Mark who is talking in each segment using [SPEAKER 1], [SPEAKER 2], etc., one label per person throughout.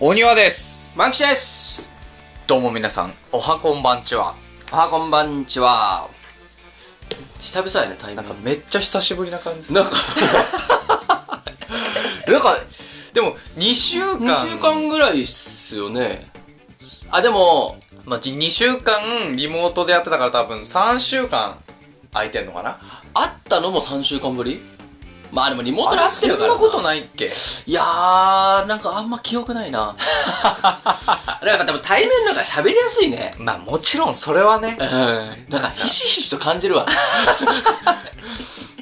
[SPEAKER 1] お庭です
[SPEAKER 2] マキシです
[SPEAKER 1] どうも皆さん、おはこんばんちは。
[SPEAKER 2] おはこんばんちは久々やね、対面
[SPEAKER 1] なんかめっちゃ久しぶりな感じ。
[SPEAKER 2] なんか、なんか、
[SPEAKER 1] でも、2週間。
[SPEAKER 2] 2週間ぐらいっすよね。あ、でも、
[SPEAKER 1] まあ、2週間リモートでやってたから多分3週間空いてんのかな
[SPEAKER 2] 会ったのも3週間ぶりまあでもリモートで会
[SPEAKER 1] あ
[SPEAKER 2] ってるから
[SPEAKER 1] そんなこと
[SPEAKER 2] い。
[SPEAKER 1] ないっけ
[SPEAKER 2] いやー、なんかあんま記憶ないな。 でもやっぱでも対面なんか喋りやすいね。
[SPEAKER 1] まあもちろんそれはね
[SPEAKER 2] うん。なんかひしひしと感じ るわ。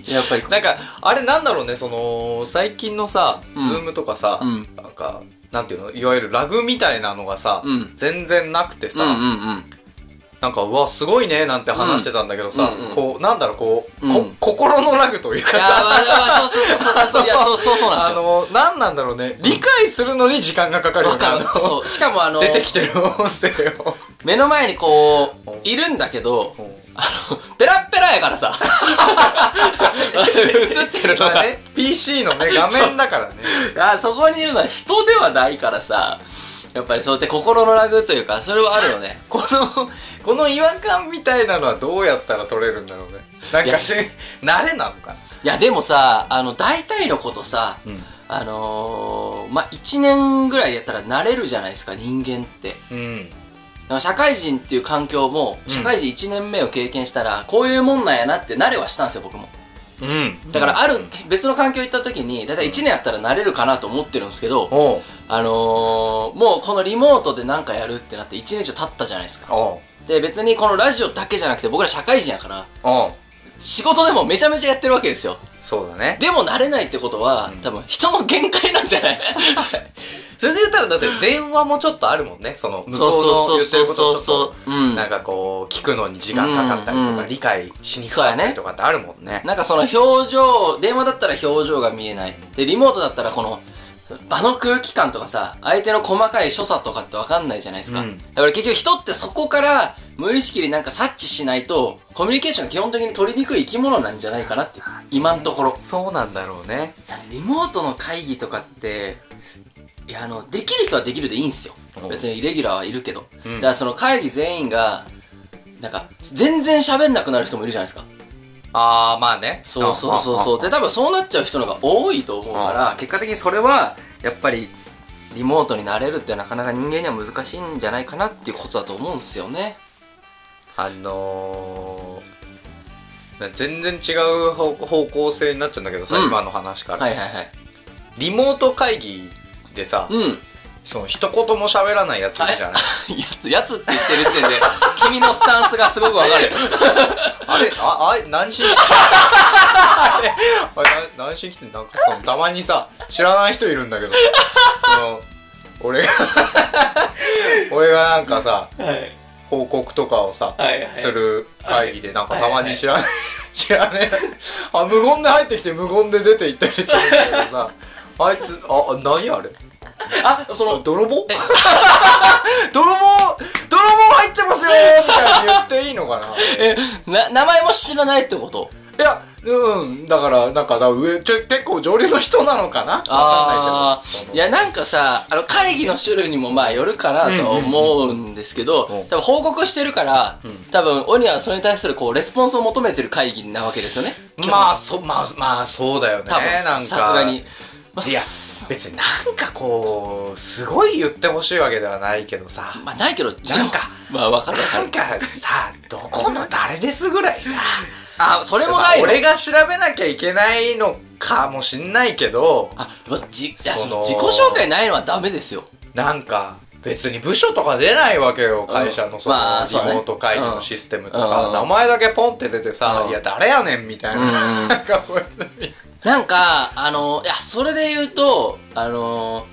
[SPEAKER 2] やっぱり
[SPEAKER 1] なんかあれなんだろうねその最近のさ、
[SPEAKER 2] うん
[SPEAKER 1] ズームとかさ、
[SPEAKER 2] うん
[SPEAKER 1] なんかなんていうのいわゆるラグみたいなのがさ、
[SPEAKER 2] うん
[SPEAKER 1] 全然なくてさ、
[SPEAKER 2] うんうんうん。
[SPEAKER 1] なんかうわすごいねなんて話してたんだけどさ、
[SPEAKER 2] うんうん
[SPEAKER 1] こうなんだろうこう、
[SPEAKER 2] うん
[SPEAKER 1] こ心のラグというか
[SPEAKER 2] いや、
[SPEAKER 1] さ
[SPEAKER 2] まあまあ、そうそうそうそう そう。いや、そうそうそうなん
[SPEAKER 1] あ
[SPEAKER 2] ですよ。
[SPEAKER 1] のなんなんだろうね理解するのに時間がかかるよ
[SPEAKER 2] わ
[SPEAKER 1] ね
[SPEAKER 2] かる
[SPEAKER 1] あ。の
[SPEAKER 2] そう。しかもあの、
[SPEAKER 1] 出てきてる音声を
[SPEAKER 2] 目の前にこう、いるんだけど、あの、ペラッペラやからさ。映ってるの
[SPEAKER 1] ま
[SPEAKER 2] が
[SPEAKER 1] あ。ね PC のね画面だからね
[SPEAKER 2] あそこにいるのは人ではないからさ。やっぱりそうやって心のラグというか、それはあるよね。
[SPEAKER 1] このこの違和感みたいなのはどうやったら取れるんだろうねなん
[SPEAKER 2] い
[SPEAKER 1] か
[SPEAKER 2] や
[SPEAKER 1] ね慣れなのか
[SPEAKER 2] いや、でもさ、あの、大体のことさ、
[SPEAKER 1] なうん
[SPEAKER 2] あのー、まあ、1年ぐらいやったら慣れるじゃないですか、人間って。
[SPEAKER 1] うん
[SPEAKER 2] だから社会人っていう環境も、
[SPEAKER 1] うん
[SPEAKER 2] 社会人1年目を経験したら、こういうもんなんやなって慣れはしたんですよ、僕も。だからある別の環境行った時に、だいたい1年やったら慣れるかなと思ってるんですけど、
[SPEAKER 1] おう
[SPEAKER 2] あのー、もうこのリモートでなんかやるってなって1年以上経ったじゃないですか。
[SPEAKER 1] おう
[SPEAKER 2] で、別にこのラジオだけじゃなくて僕ら社会人やから、
[SPEAKER 1] おう
[SPEAKER 2] 仕事でもめちゃめちゃやってるわけですよ。
[SPEAKER 1] そうだね
[SPEAKER 2] でも慣れないってことは、
[SPEAKER 1] うん
[SPEAKER 2] 多分人の限界なんじゃない
[SPEAKER 1] それで言ったらだって電話もちょっとあるもんねその向こうの言ってることをちょっ
[SPEAKER 2] う。う
[SPEAKER 1] と
[SPEAKER 2] ん。
[SPEAKER 1] なんかこう聞くのに時間かかったり
[SPEAKER 2] う
[SPEAKER 1] と
[SPEAKER 2] ん
[SPEAKER 1] か
[SPEAKER 2] うん
[SPEAKER 1] 理解しにくかったりとかってあるもんね
[SPEAKER 2] なんかその表情、電話だったら表情が見えない。で、リモートだったらこの、場の空気感とかさ、相手の細かい所作とかってわかんないじゃないですか。
[SPEAKER 1] うん
[SPEAKER 2] だから結局人ってそこから無意識になんか察知しないと、コミュニケーションが基本的に取りにくい生き物なんじゃないかなって、今のところ。
[SPEAKER 1] そうなんだろうね
[SPEAKER 2] リモートの会議とかって、いや、あの、できる人はできるでいいんすよ
[SPEAKER 1] うん。
[SPEAKER 2] 別にイレギュラーはいるけど。
[SPEAKER 1] うん
[SPEAKER 2] だからその会議全員が、なんか、全然喋んなくなる人もいるじゃないですか。
[SPEAKER 1] ああまあね
[SPEAKER 2] そうそうそうそう。で、多分そうなっちゃう人の方が多いと思うから、結果的にそれは、やっぱり、リモートになれるってなかなか人間には難しいんじゃないかなっていうことだと思うんですよね。
[SPEAKER 1] あのー、な全然違う方方向性になっちゃうんだけどさ、
[SPEAKER 2] うん
[SPEAKER 1] 今の話から、
[SPEAKER 2] はいはいはい。
[SPEAKER 1] リモート会議でさ、
[SPEAKER 2] うん。
[SPEAKER 1] その一言も喋らないやついるじゃない、
[SPEAKER 2] やつ、やつって言ってる時点で、 君のスタンスがすごくわかるよ。
[SPEAKER 1] あれああれ何しに来てあれあれな何しに来てんなんかそのたまにさ知らない人いるんだけどその俺が 俺がなんかさ
[SPEAKER 2] はい。
[SPEAKER 1] 報告とかをさ、
[SPEAKER 2] はいはい
[SPEAKER 1] する会議でなんかたまに知らない、 知らねえあ無言で入ってきて無言で出て行ったりするんだけどさあいつああ何あれ
[SPEAKER 2] あ、その
[SPEAKER 1] あ、泥棒泥棒 泥棒入ってますよーみたいに言っていいのか な
[SPEAKER 2] え、な、名前も知らないってこと
[SPEAKER 1] いやうんだからなんかだ上ちょ結構上流の人なのかなわか
[SPEAKER 2] あ
[SPEAKER 1] んないけど
[SPEAKER 2] あ、いやなんかさ、あの会議の種類にもまあよるかなとは思うんですけど、
[SPEAKER 1] うんうんうん
[SPEAKER 2] 多分報告してるから、多分鬼はそれに対するこうレスポンスを求めてる会議なわけですよね。
[SPEAKER 1] ま
[SPEAKER 2] あ、
[SPEAKER 1] あそまあまあそうだよね
[SPEAKER 2] 多分、
[SPEAKER 1] な
[SPEAKER 2] さ
[SPEAKER 1] んか
[SPEAKER 2] すがに。まあ、
[SPEAKER 1] いや
[SPEAKER 2] す
[SPEAKER 1] 別になんかこうすごい言ってほしいわけではないけどさ
[SPEAKER 2] まあないけど、
[SPEAKER 1] なんか
[SPEAKER 2] まあわかるわか
[SPEAKER 1] な
[SPEAKER 2] る
[SPEAKER 1] ん。かさ、どこの誰ですぐら いさ、
[SPEAKER 2] あ、それも
[SPEAKER 1] まあ
[SPEAKER 2] ないの
[SPEAKER 1] 俺が調べなきゃいけないのかもしんないけど、
[SPEAKER 2] あ、まあじ、いや、その
[SPEAKER 1] そ
[SPEAKER 2] 自己
[SPEAKER 1] の
[SPEAKER 2] 紹介ないのはダメですよ。
[SPEAKER 1] なんか、別に部署とか出ないわけよ、会社のその
[SPEAKER 2] まあそうね
[SPEAKER 1] リモート会議のシステムと
[SPEAKER 2] う
[SPEAKER 1] か、
[SPEAKER 2] ん
[SPEAKER 1] 名前だけポンって出てさ
[SPEAKER 2] う、ん
[SPEAKER 1] いや、誰やねんみたいな。
[SPEAKER 2] うん
[SPEAKER 1] なんか別に
[SPEAKER 2] なんか、あの、いや、それで言うと、あの、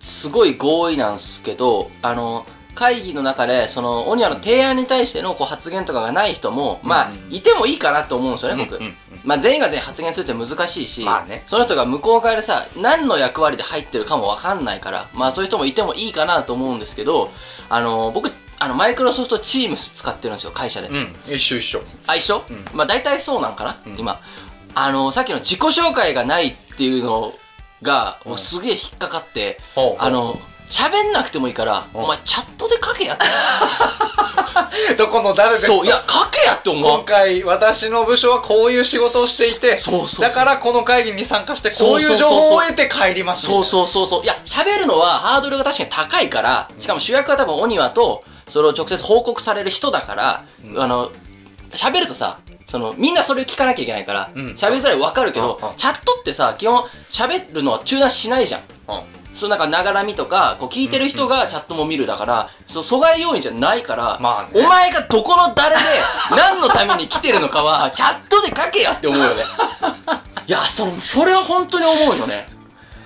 [SPEAKER 2] すごい合意なんですけど、あの、会議の中で、その、オニアの提案に対してのこう発言とかがない人も、まあ、
[SPEAKER 1] うん
[SPEAKER 2] いてもいいかなと思うんですよね、
[SPEAKER 1] う
[SPEAKER 2] 僕
[SPEAKER 1] んうんうん。
[SPEAKER 2] まあ、全員が全員発言するって難しいし、
[SPEAKER 1] まあね
[SPEAKER 2] その人が向こう側でさ、何の役割で入ってるかもわかんないから、まあ、そういう人もいてもいいかなと思うんですけど、あの、僕、あの、マイクロソフトチームス使ってるんですよ、会社で。
[SPEAKER 1] うん、一緒一緒。
[SPEAKER 2] あ、一緒、
[SPEAKER 1] ん
[SPEAKER 2] まあ大体そうなんかな、
[SPEAKER 1] ん
[SPEAKER 2] 今。あの、さっきの自己紹介がないっていうのが、
[SPEAKER 1] うん
[SPEAKER 2] もうすげえ引っかかって、
[SPEAKER 1] ほうほう
[SPEAKER 2] あの、喋んなくてもいいから、お前チャットで書けや って。
[SPEAKER 1] どこの誰ですか
[SPEAKER 2] そう、いや、書けやって思わ
[SPEAKER 1] 今
[SPEAKER 2] ん。
[SPEAKER 1] 回私の部署はこういう仕事をしていて
[SPEAKER 2] そうそうそう
[SPEAKER 1] だからこの会議に参加してこ
[SPEAKER 2] そうう
[SPEAKER 1] い
[SPEAKER 2] そううそ
[SPEAKER 1] 情
[SPEAKER 2] うそう
[SPEAKER 1] 報を得て帰ります
[SPEAKER 2] そうそうそうそう。いや、喋るのはハードルが確かに高いから、しかも主役は多分オニワと、それを直接報告される人だから、
[SPEAKER 1] うん
[SPEAKER 2] あの、喋るとさ、その、みんなそれを聞かなきゃいけないから、
[SPEAKER 1] うん
[SPEAKER 2] 喋りづらいわかるけど
[SPEAKER 1] うんうん、
[SPEAKER 2] チャットってさ、基本喋るのは中断しないじゃん。
[SPEAKER 1] みたいな
[SPEAKER 2] そうなんかながらみとか、こう聞いてる人がチャットも見るだから、そう阻害要因じゃないから、
[SPEAKER 1] まあね
[SPEAKER 2] お前がどこの誰で、 何のために来てるのかは、チャットで書けやって思うよね。いや、その、それは本当に思うよね。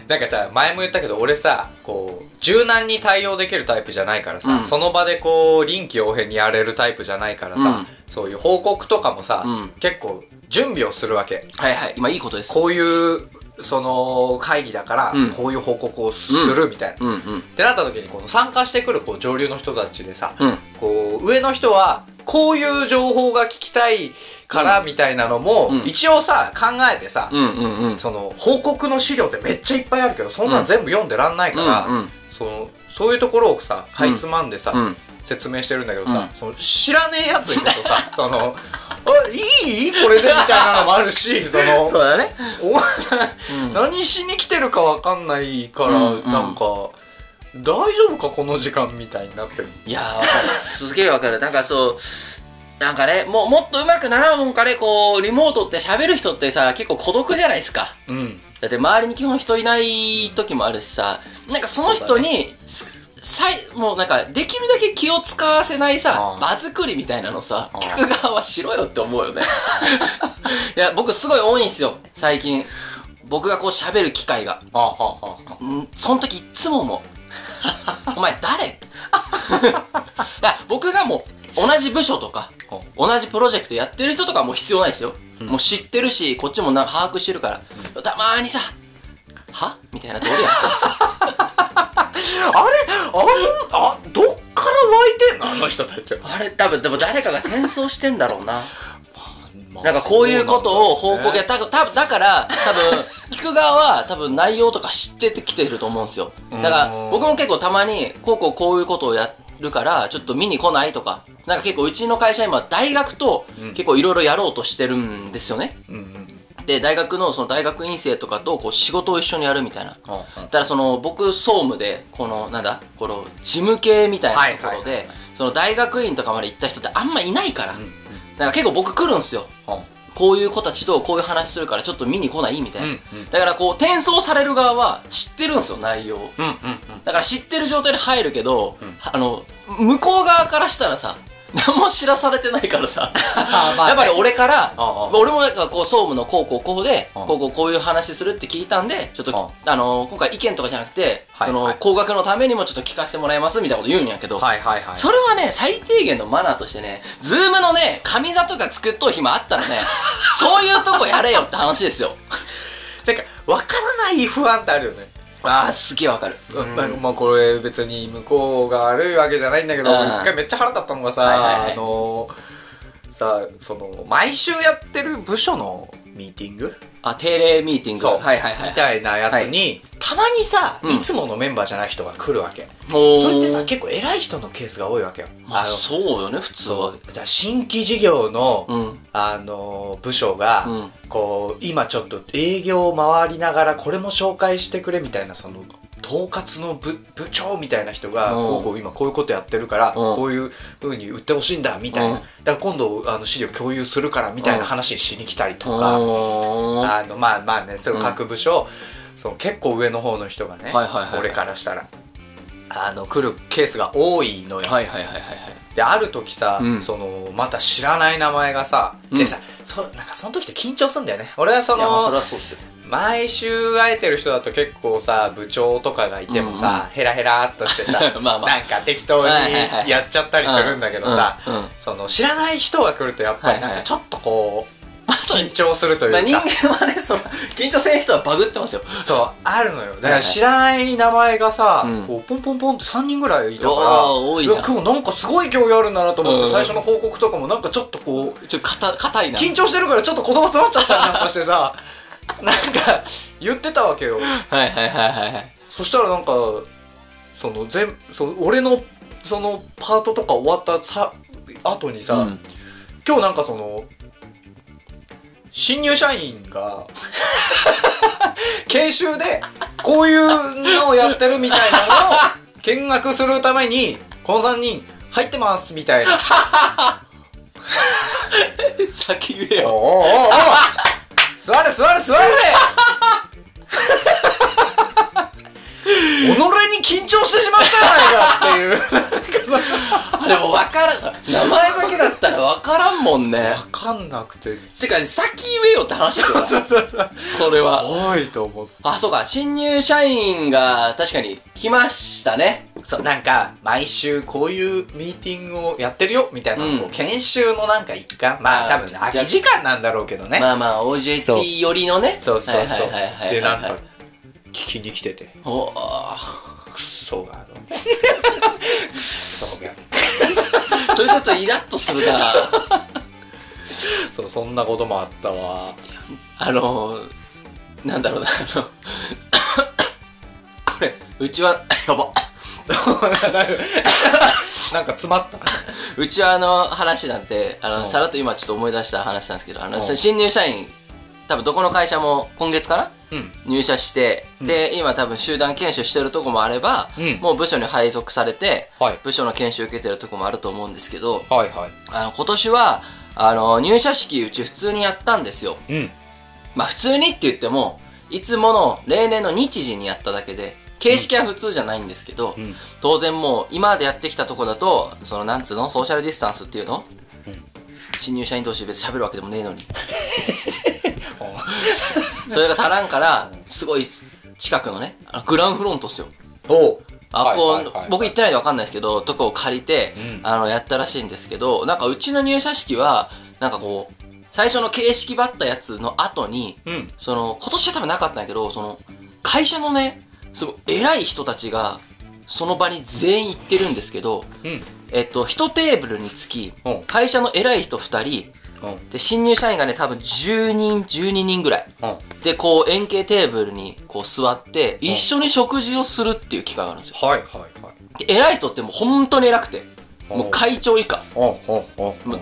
[SPEAKER 1] なんかさ前も言ったけど俺さこう柔軟に対応できるタイプじゃないからさ、
[SPEAKER 2] うん
[SPEAKER 1] その場でこう臨機応変にやれるタイプじゃないからさ、
[SPEAKER 2] うん
[SPEAKER 1] そういう報告とかもさ、
[SPEAKER 2] うん
[SPEAKER 1] 結構準備をするわけ
[SPEAKER 2] はいはい、今いいことです。
[SPEAKER 1] こういうその会議だから、
[SPEAKER 2] うん
[SPEAKER 1] こういう報告をするみたいな、
[SPEAKER 2] うんうん。
[SPEAKER 1] ってなった時にこの参加してくるこう上流の人たちでさ、
[SPEAKER 2] うん
[SPEAKER 1] こう上の人はこういう情報が聞きたいからみたいなのも、
[SPEAKER 2] うん
[SPEAKER 1] 一応さ考えてさ、
[SPEAKER 2] うんうんうん。
[SPEAKER 1] その報告の資料ってめっちゃいっぱいあるけどそんなん全部読んでらんないから、
[SPEAKER 2] うんうん
[SPEAKER 1] そのそういうところをさかいつまんでさ、
[SPEAKER 2] うん
[SPEAKER 1] 説明してるんだけどさ、
[SPEAKER 2] うん
[SPEAKER 1] その知らねえやついると さその「あいいこれで」みたいなのもある しその
[SPEAKER 2] うだね。
[SPEAKER 1] お前、
[SPEAKER 2] うん
[SPEAKER 1] 何しに来てるかわかんないから、
[SPEAKER 2] うんうん
[SPEAKER 1] なんか、大丈夫かこの時間みたいになってる。
[SPEAKER 2] いやー、わかる。すげえわかる。なんかそう、なんかね、もう、もっと上手くならんもんかね、こう、リモートって喋る人ってさ、結構孤独じゃないですか。
[SPEAKER 1] うん。
[SPEAKER 2] だって周りに基本人いない時もあるしさ、なんかその人に、すさいもうなんかできるだけ気を使わせないさ
[SPEAKER 1] ああ
[SPEAKER 2] 場作りみたいなのさ
[SPEAKER 1] ああ
[SPEAKER 2] 聞く側はしろよって思う よねいや僕すごい多いんですよ最近僕がこう喋る機会が
[SPEAKER 1] あははあ。
[SPEAKER 2] うんその時いっつももう お前誰だから僕がもう同じ部署とか
[SPEAKER 1] あ
[SPEAKER 2] 同じプロジェクトやってる人とかはもう必要ないですよ、もう知ってるしこっちもな把握してるから、たまーにさ「は?」みたいなとこるやん
[SPEAKER 1] あれあ、あ、どっから湧いてんのあの人たちは。
[SPEAKER 2] あれ多分でも誰かが転送してんだろうななんかこういうことを報告や、
[SPEAKER 1] や
[SPEAKER 2] た多分だから多分 聞く側は多分内容とか知っててきてると思うんですよだから僕も結構たまにこうこうこういうことをやるからちょっと見に来ないとかなんか結構うちの会社今大学と結構いろいろやろうとしてるんですよね、
[SPEAKER 1] うんうん。
[SPEAKER 2] で大学のその大学院生とかとこう仕事を一緒にやるみたいな
[SPEAKER 1] は
[SPEAKER 2] だからその僕総務でこのなんだこの事務系みたいなところ
[SPEAKER 1] はいはい
[SPEAKER 2] で
[SPEAKER 1] は
[SPEAKER 2] その大学院とかまで行った人ってあんまいないから、
[SPEAKER 1] うんうん
[SPEAKER 2] なんか結構僕来るんすよ
[SPEAKER 1] は
[SPEAKER 2] こういう子たちとこういう話するからちょっと見に来ないみたいな、
[SPEAKER 1] うんうん
[SPEAKER 2] だからこう転送される側は知ってるんですよ内容
[SPEAKER 1] うんうん
[SPEAKER 2] だから知ってる状態で入るけど、
[SPEAKER 1] ん
[SPEAKER 2] あの向こう側からしたらさ何も知らされてないからさ
[SPEAKER 1] あまあね
[SPEAKER 2] やっぱり俺から
[SPEAKER 1] ああ
[SPEAKER 2] 俺もなんかこう総務のこうこうこうで
[SPEAKER 1] ああ
[SPEAKER 2] こうこうこういう話するって聞いたんでちょっとあの今回意見とかじゃなくて、
[SPEAKER 1] はい
[SPEAKER 2] その
[SPEAKER 1] はい
[SPEAKER 2] 高額のためにもちょっと聞かせてもらいますみたいなこと言うんやけど、
[SPEAKER 1] うん。はいはいはい。
[SPEAKER 2] それはね、最低限のマナーとしてね、ズームのね、神座とか作っとう暇あったらね、 そういうとこやれよって話ですよ。
[SPEAKER 1] てか、わからない不安ってあるよね。
[SPEAKER 2] ああ、すげえわかる。
[SPEAKER 1] まあ、まあこれ別に向こうが悪いわけじゃないんだけど、
[SPEAKER 2] うん
[SPEAKER 1] 一回めっちゃ腹立ったのがさ、
[SPEAKER 2] はいはいはい
[SPEAKER 1] あのーさその毎週やってる部署のミーティング
[SPEAKER 2] あ、定例ミーティング。はいはいはい
[SPEAKER 1] み。たいなやつに、たまにさ、
[SPEAKER 2] うん
[SPEAKER 1] いつものメンバーじゃない人が来るわけ
[SPEAKER 2] そ
[SPEAKER 1] それってさ、結構偉い人のケースが多いわけよ、
[SPEAKER 2] まあ、
[SPEAKER 1] の
[SPEAKER 2] そうよね、普通は
[SPEAKER 1] そ。うさ新規事業の、
[SPEAKER 2] うん
[SPEAKER 1] あの部署が、
[SPEAKER 2] うん
[SPEAKER 1] こう今ちょっと営業を回りながらこれも紹介してくれみたいなその統括の部部長みたいな人が、
[SPEAKER 2] うん
[SPEAKER 1] こうこう今こういうことやってるから、こういう風に売ってほしいんだみたいな、
[SPEAKER 2] うん
[SPEAKER 1] だから今度あの資料共有するからみたいな話しに来たりと
[SPEAKER 2] う
[SPEAKER 1] か、
[SPEAKER 2] ーん。
[SPEAKER 1] あのまあまあねその各部署、その結構上の方の人がね、
[SPEAKER 2] はいはいはい
[SPEAKER 1] 俺からしたらあの来るケースが多いのよ、
[SPEAKER 2] はいはいはいはいはい。
[SPEAKER 1] である時さ、
[SPEAKER 2] うん
[SPEAKER 1] そのまた知らない名前がさ、
[SPEAKER 2] うん
[SPEAKER 1] でさそなんかその時って緊張するんだよね俺はそ
[SPEAKER 2] いや、まあ、そ
[SPEAKER 1] の
[SPEAKER 2] れはそうっすよ。
[SPEAKER 1] 毎週会えてる人だと結構さ部長とかがいても
[SPEAKER 2] うん
[SPEAKER 1] さ、ヘラヘラっとしてさ
[SPEAKER 2] まあま
[SPEAKER 1] な
[SPEAKER 2] あ
[SPEAKER 1] んか適当に
[SPEAKER 2] はいはいはい
[SPEAKER 1] やっちゃったりするんだけどさ、
[SPEAKER 2] うんうんうん
[SPEAKER 1] その知らない人が来るとやっぱりなん
[SPEAKER 2] は
[SPEAKER 1] か
[SPEAKER 2] いはい
[SPEAKER 1] ちょっとこ う、
[SPEAKER 2] そう
[SPEAKER 1] 緊張するという
[SPEAKER 2] ま
[SPEAKER 1] か、
[SPEAKER 2] あ、人間はね、その、緊張せん人はバグってますよ。
[SPEAKER 1] そうあるのよだか
[SPEAKER 2] は
[SPEAKER 1] ら
[SPEAKER 2] いはい
[SPEAKER 1] 知らない名前がさ、
[SPEAKER 2] うん
[SPEAKER 1] こうポンポンポンって3人ぐらいいたから
[SPEAKER 2] うわー多いな
[SPEAKER 1] や今日なんかすごい興味あるんだなと思って、
[SPEAKER 2] うん
[SPEAKER 1] 最初の報告とかもなんかちょっとこう
[SPEAKER 2] ちょっと硬、硬いな。
[SPEAKER 1] 緊張してるからちょっと言葉詰まっちゃったりなんかして さなんか言ってたわけよ
[SPEAKER 2] はいはいはいはいはい。
[SPEAKER 1] そしたらなんかその全その俺のそのパートとか終わったさ後にさ、
[SPEAKER 2] うん
[SPEAKER 1] 今日なんかその新入社員 が研修でこういうのをやってるみたいなのを見学するためにこの3人入ってますみたいな
[SPEAKER 2] 先
[SPEAKER 1] お
[SPEAKER 2] 言えよ。
[SPEAKER 1] おおお座れ座れ座れ己に緊張してしまったじゃないかっていうなんかさ
[SPEAKER 2] あでも分からんさ。名前だけだったら分からんもんね。
[SPEAKER 1] 分かんなくて
[SPEAKER 2] てか、先言えよって話だよな。
[SPEAKER 1] そうそうそう
[SPEAKER 2] それは。
[SPEAKER 1] 怖いと思って
[SPEAKER 2] あ、そうか。新入社員が確かに来ましたね。
[SPEAKER 1] そう、なんか、毎週こういうミーティングをやってるよ、みたいな、
[SPEAKER 2] うん
[SPEAKER 1] こう研修のなんか一環まあ、
[SPEAKER 2] あー
[SPEAKER 1] 多分、空き時間なんだろうけどね。
[SPEAKER 2] まあまあ、
[SPEAKER 1] そう
[SPEAKER 2] OJT 寄りのね。
[SPEAKER 1] そうそうそう
[SPEAKER 2] はいはいはいはいはい。
[SPEAKER 1] で、なんか、聞きに来てて、
[SPEAKER 2] おー
[SPEAKER 1] クソが、 あの、クソが、
[SPEAKER 2] それちょっとイラッとするな
[SPEAKER 1] そう、そんなこともあったわ。
[SPEAKER 2] あのー、なんだろうな、あの、こ れ、うちは、 やば。
[SPEAKER 1] なんか詰まった。
[SPEAKER 2] うちはあの話なんて、あ
[SPEAKER 1] うん
[SPEAKER 2] の、さらっと今ちょっと思い出した話なんですけど、あ
[SPEAKER 1] うん
[SPEAKER 2] の、新入社員、多分どこの会社も今月かな
[SPEAKER 1] うん。
[SPEAKER 2] 入社して、で、今多分集団研修してるとこもあれば
[SPEAKER 1] うん、
[SPEAKER 2] もう部署に配属されて
[SPEAKER 1] はい、
[SPEAKER 2] 部署の研修受けてるとこもあると思うんですけど、
[SPEAKER 1] はいは
[SPEAKER 2] あの、今年は、あの、入社式うち普通にやったんですよ。
[SPEAKER 1] い。うん。
[SPEAKER 2] まあ普通にって言っても、いつもの例年の日時にやっただけで、形式は普通じゃないんですけど、
[SPEAKER 1] うん
[SPEAKER 2] 当然もう今までやってきたとこだと、そのなんつうのソーシャルディスタンスっていうの、新入社員同士で別に喋るわけでもねえ のに。それが足らんから、すごい近くのね、あのグランフロントっすよ。
[SPEAKER 1] おう。
[SPEAKER 2] あ、こ
[SPEAKER 1] はいうはいは、い
[SPEAKER 2] 僕行ってないでわかんないですけど、とこを借りて
[SPEAKER 1] うん、
[SPEAKER 2] あの、やったらしいんですけど、なんかうちの入社式は、なんかこう、最初の形式ばったやつの後に、
[SPEAKER 1] うん。
[SPEAKER 2] その、今年は多分なかったんだけど、その、会社のね、すごい偉い人たちが、その場に全員行ってるんですけど、
[SPEAKER 1] うん。
[SPEAKER 2] えっと、一テーブルにつき
[SPEAKER 1] うん、
[SPEAKER 2] 会社の偉い人二人、
[SPEAKER 1] うん。
[SPEAKER 2] で、新入社員がね、多分10人、12人ぐらい。で、こう、円形テーブルに、こう、座って、一緒に食事をするっていう機会があるんですよ。
[SPEAKER 1] はいはいはい。
[SPEAKER 2] で偉い人ってもう本当に偉くて、もう会長以下。
[SPEAKER 1] おうおうおうおう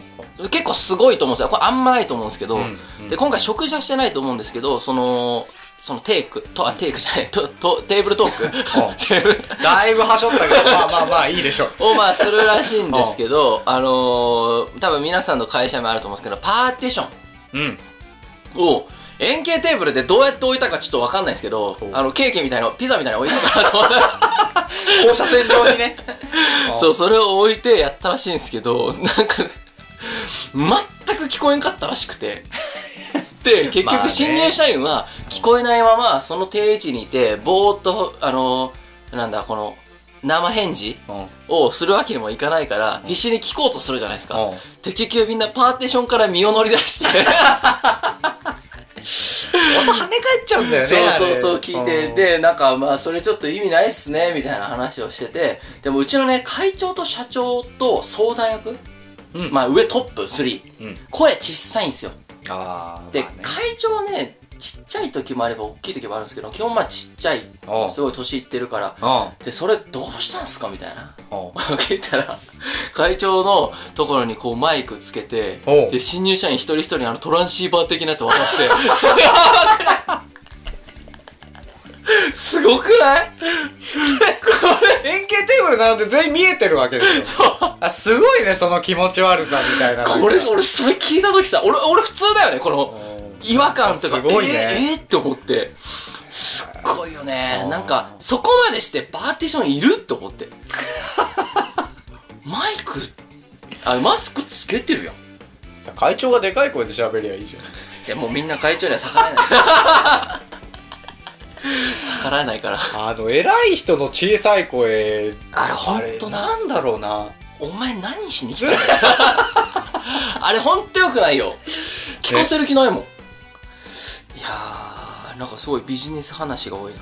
[SPEAKER 2] 結構すごいと思うんですよ。これあんまないと思うんですけど、
[SPEAKER 1] うんうん
[SPEAKER 2] で、今回食事はしてないと思うんですけど、その、そのテイク、と、あ、テイクじゃない、と、と、テーブルトーク テーブル
[SPEAKER 1] だいぶはしょったけど、まあまあまあ、いいでしょう。
[SPEAKER 2] をまあするらしいんですけ ど、あのー多分皆さんの会社もあると思うんですけど、パーティション
[SPEAKER 1] うん。
[SPEAKER 2] を、円形テーブルでどうやって置いたかちょっとわかんないですけど
[SPEAKER 1] ほう、
[SPEAKER 2] あの、ケーキみたいな、ピザみたいなの置いたかなと思って
[SPEAKER 1] 放射線上にね。
[SPEAKER 2] そう、それを置いてやったらしいんですけど、なんか、全く聞こえんかったらしく て。で、結
[SPEAKER 1] まあね
[SPEAKER 2] 局新入社員は聞こえないまま、その定位置にいて、ぼーっと、あの、なんだ、この、生返事
[SPEAKER 1] うん。
[SPEAKER 2] をするわけにもいかないから、必死に聞こうとするじゃないです
[SPEAKER 1] う
[SPEAKER 2] か
[SPEAKER 1] ん。
[SPEAKER 2] で、結局みんなパーティションから身を乗り出して、
[SPEAKER 1] 音跳ね返っちゃうんだよね。
[SPEAKER 2] そう
[SPEAKER 1] あ
[SPEAKER 2] そう
[SPEAKER 1] れ
[SPEAKER 2] そう聞いて、、で、なんかまあ、それちょっと意味ないっすね、みたいな話をしてて、でもうちのね、会長と社長と相談役
[SPEAKER 1] うん
[SPEAKER 2] まあ上トップ3。
[SPEAKER 1] うん。
[SPEAKER 2] 声ちっさいんですよ。
[SPEAKER 1] ああ。
[SPEAKER 2] で、
[SPEAKER 1] まあね
[SPEAKER 2] 会長はね、ちっちゃい時もあれば大きい時もあるんですけど、基本まあちっちゃい
[SPEAKER 1] お、う
[SPEAKER 2] すごい年いってるから、で、それどうしたんすかみたいな。
[SPEAKER 1] うん。うん。
[SPEAKER 2] 聞いたら、会長のところにこうマイクつけて
[SPEAKER 1] おう、
[SPEAKER 2] で、新入社員一人一人にあのトランシーバー的なやつ渡して。すごくない
[SPEAKER 1] 円形テーブルなので全員見えてるわけですよ。
[SPEAKER 2] そう。
[SPEAKER 1] あ、すごいね、その気持ち悪さみたいな。
[SPEAKER 2] これ、俺、それ聞いた時さ、俺、俺普通だよね、この。
[SPEAKER 1] うん
[SPEAKER 2] 違和感とか
[SPEAKER 1] すごいね
[SPEAKER 2] えーえーって思ってすっごいよ
[SPEAKER 1] あ
[SPEAKER 2] ね
[SPEAKER 1] ー
[SPEAKER 2] なんかそこまでしてパーティションいるって思って マイクあマスクつけてるやん
[SPEAKER 1] 会長がでかい声で喋りゃいいじゃん。
[SPEAKER 2] いやもうみんな会長には逆らえない 逆らえないから
[SPEAKER 1] あの、偉い人の小さい声。
[SPEAKER 2] あれほんとな
[SPEAKER 1] なんだろうな。
[SPEAKER 2] お前何しに来たの あれほんとよくないよ聞かせる気ないもん、いやーなんかすごいビジネス話が多いな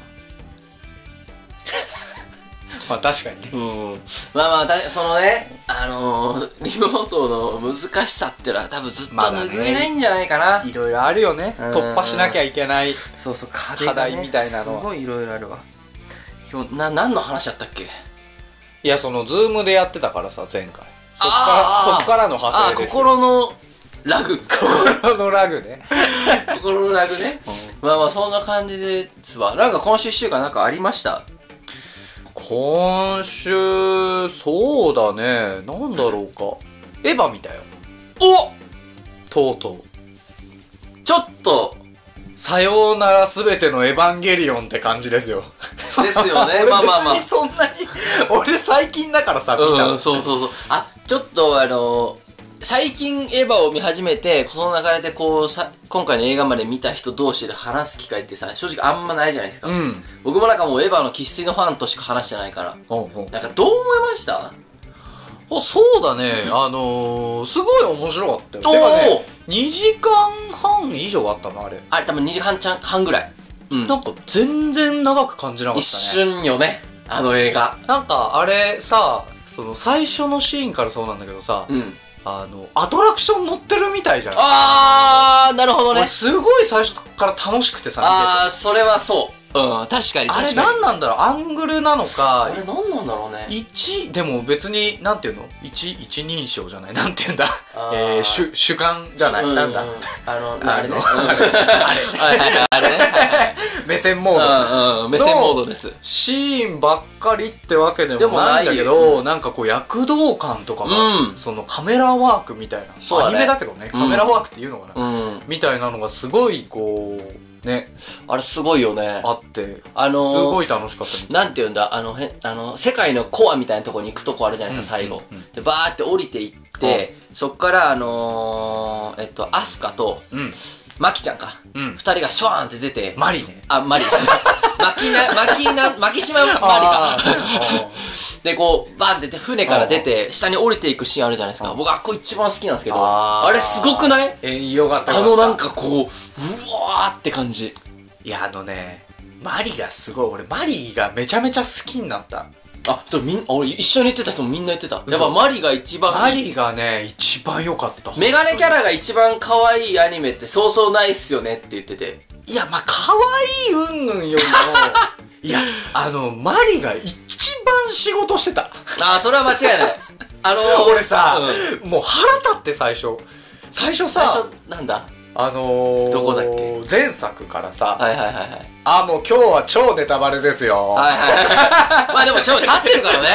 [SPEAKER 1] まあ確かにね。
[SPEAKER 2] うん、まあまあだそのねあのー、リモートの難しさってのは多分ずっと
[SPEAKER 1] まだね
[SPEAKER 2] 拭えないんじゃないかな、
[SPEAKER 1] いろいろあるよね。
[SPEAKER 2] うん
[SPEAKER 1] 突破しなきゃいけない。
[SPEAKER 2] そうそう
[SPEAKER 1] ね課題みたいなのは
[SPEAKER 2] すごいいろいろあるわ今日、な、何の話だったっけ
[SPEAKER 1] いやそのズームでやってたからさ前回そっ
[SPEAKER 2] あ
[SPEAKER 1] か
[SPEAKER 2] ー
[SPEAKER 1] らそっからの派
[SPEAKER 2] あ
[SPEAKER 1] 生で
[SPEAKER 2] ー、
[SPEAKER 1] すよ
[SPEAKER 2] 心のラ グ。
[SPEAKER 1] 心のラグね
[SPEAKER 2] 心のラグね。まあまあ、そんな感じですわ。なんか今週一週間なんかありました
[SPEAKER 1] 今週そうだねなんだろうかエヴァ見たよ
[SPEAKER 2] お
[SPEAKER 1] とうとう
[SPEAKER 2] ちょっと、
[SPEAKER 1] さようならすべてのエヴァンゲリオンって感じですよ。
[SPEAKER 2] です よね。
[SPEAKER 1] 俺
[SPEAKER 2] まあまあまあ
[SPEAKER 1] 別に。そんなに、俺最近だからさ、見た
[SPEAKER 2] う
[SPEAKER 1] の
[SPEAKER 2] ん、そうそうそう。あ、ちょっとあの最近エヴァを見始めて、その流れでこうさ、今回の映画まで見た人同士で話す機会ってさ、正直あんまないじゃないですか。
[SPEAKER 1] うん。
[SPEAKER 2] 僕もなんかもうエヴァの生粋のファンとしか話してないから。なんかどう思いました
[SPEAKER 1] あそうだね、あのー、すごい面白かったよ。
[SPEAKER 2] おー
[SPEAKER 1] てかね、2時間半以上あったの、あれ。
[SPEAKER 2] あれ多分2時間ちゃん半ぐらい。うん。
[SPEAKER 1] なんか全然長く感じなかっ
[SPEAKER 2] 一
[SPEAKER 1] たね。
[SPEAKER 2] 瞬よね、あの映画。
[SPEAKER 1] なんかあれさ、その最初のシーンからそうなんだけどさ、
[SPEAKER 2] うん。
[SPEAKER 1] あの、アトラクション乗ってるみたいじゃん。
[SPEAKER 2] あー、なるほど
[SPEAKER 1] 俺
[SPEAKER 2] ね。
[SPEAKER 1] すごい最初から楽しくてさ、見てて
[SPEAKER 2] あー、それはそう。うん、確かに確か
[SPEAKER 1] あ
[SPEAKER 2] に。
[SPEAKER 1] れ何なんだろうアングルなのか
[SPEAKER 2] あ、れなんなんだろうね。
[SPEAKER 1] 一でも別になんていうの一一人称じゃない なんていうんだ
[SPEAKER 2] あ、ー
[SPEAKER 1] えー、主主観じゃない、
[SPEAKER 2] う
[SPEAKER 1] なんだ
[SPEAKER 2] うあの、
[SPEAKER 1] あ
[SPEAKER 2] あれね。
[SPEAKER 1] の
[SPEAKER 2] うんはいはいはいあれね。
[SPEAKER 1] 目線モード
[SPEAKER 2] うんうん、目線モードのやつ。
[SPEAKER 1] シーンばっかりってわけで
[SPEAKER 2] で
[SPEAKER 1] も
[SPEAKER 2] も
[SPEAKER 1] な
[SPEAKER 2] ないい
[SPEAKER 1] んだけど、なんかこう躍動感とかが、
[SPEAKER 2] うん
[SPEAKER 1] そのカメラワークみたいな、
[SPEAKER 2] そう
[SPEAKER 1] ア
[SPEAKER 2] だ
[SPEAKER 1] ニ
[SPEAKER 2] ね
[SPEAKER 1] メだけどね
[SPEAKER 2] うん
[SPEAKER 1] カメラワークっていうのかな、
[SPEAKER 2] うん。
[SPEAKER 1] みたいなのがすごいこうね
[SPEAKER 2] あれすごいよね。
[SPEAKER 1] あって
[SPEAKER 2] あのー
[SPEAKER 1] すごい楽しかったみたい
[SPEAKER 2] なんて言うんだ、あの、へあの、世界のコアみたいなとこに行くとこあるじゃないですか、
[SPEAKER 1] うん
[SPEAKER 2] 最後
[SPEAKER 1] うんうん。
[SPEAKER 2] で、バーって降りていって、そっから、あのー、えっと、アスカと、
[SPEAKER 1] うん
[SPEAKER 2] マキちゃんか。
[SPEAKER 1] うん
[SPEAKER 2] 二人がシュワーンって出て、
[SPEAKER 1] マリね
[SPEAKER 2] あ、マリ。 マキな、マキな、マキシママリか。
[SPEAKER 1] あ
[SPEAKER 2] で、こう、バンって出て船から出て、下に降りていくシーンあるじゃないですか。僕、あっこ一番好きなんですけど、
[SPEAKER 1] あー
[SPEAKER 2] あれすごくない
[SPEAKER 1] ーえーよかったよか
[SPEAKER 2] あ
[SPEAKER 1] った
[SPEAKER 2] のなんかこう、うわーって感じ。
[SPEAKER 1] いや、あのね、マリがすごい。俺、マリがめちゃめちゃ好きになった。
[SPEAKER 2] あ、そう、みん、あ俺一緒に言ってた人もみんな言ってた。
[SPEAKER 1] 嘘
[SPEAKER 2] やっぱマリが一番、
[SPEAKER 1] マリがね、一番良かった。
[SPEAKER 2] メガネキャラが一番可愛いアニメってそうそうないっすよねって言ってて。
[SPEAKER 1] いや、まあ、可愛いうんぬん よりも、いや、あの、マリが一番仕事してた。
[SPEAKER 2] あー、それは間違い ない。あのー、
[SPEAKER 1] 俺さ、
[SPEAKER 2] うん
[SPEAKER 1] もう腹立って最初。最初
[SPEAKER 2] 最
[SPEAKER 1] さ、
[SPEAKER 2] 初、なんだ
[SPEAKER 1] あのー、
[SPEAKER 2] どこだっけ
[SPEAKER 1] 前作からさ、
[SPEAKER 2] はいはいはいはい。
[SPEAKER 1] あ、もう今日は超ネタバレですよ。
[SPEAKER 2] はいはい はい。まあでもちょっと立ってるからね。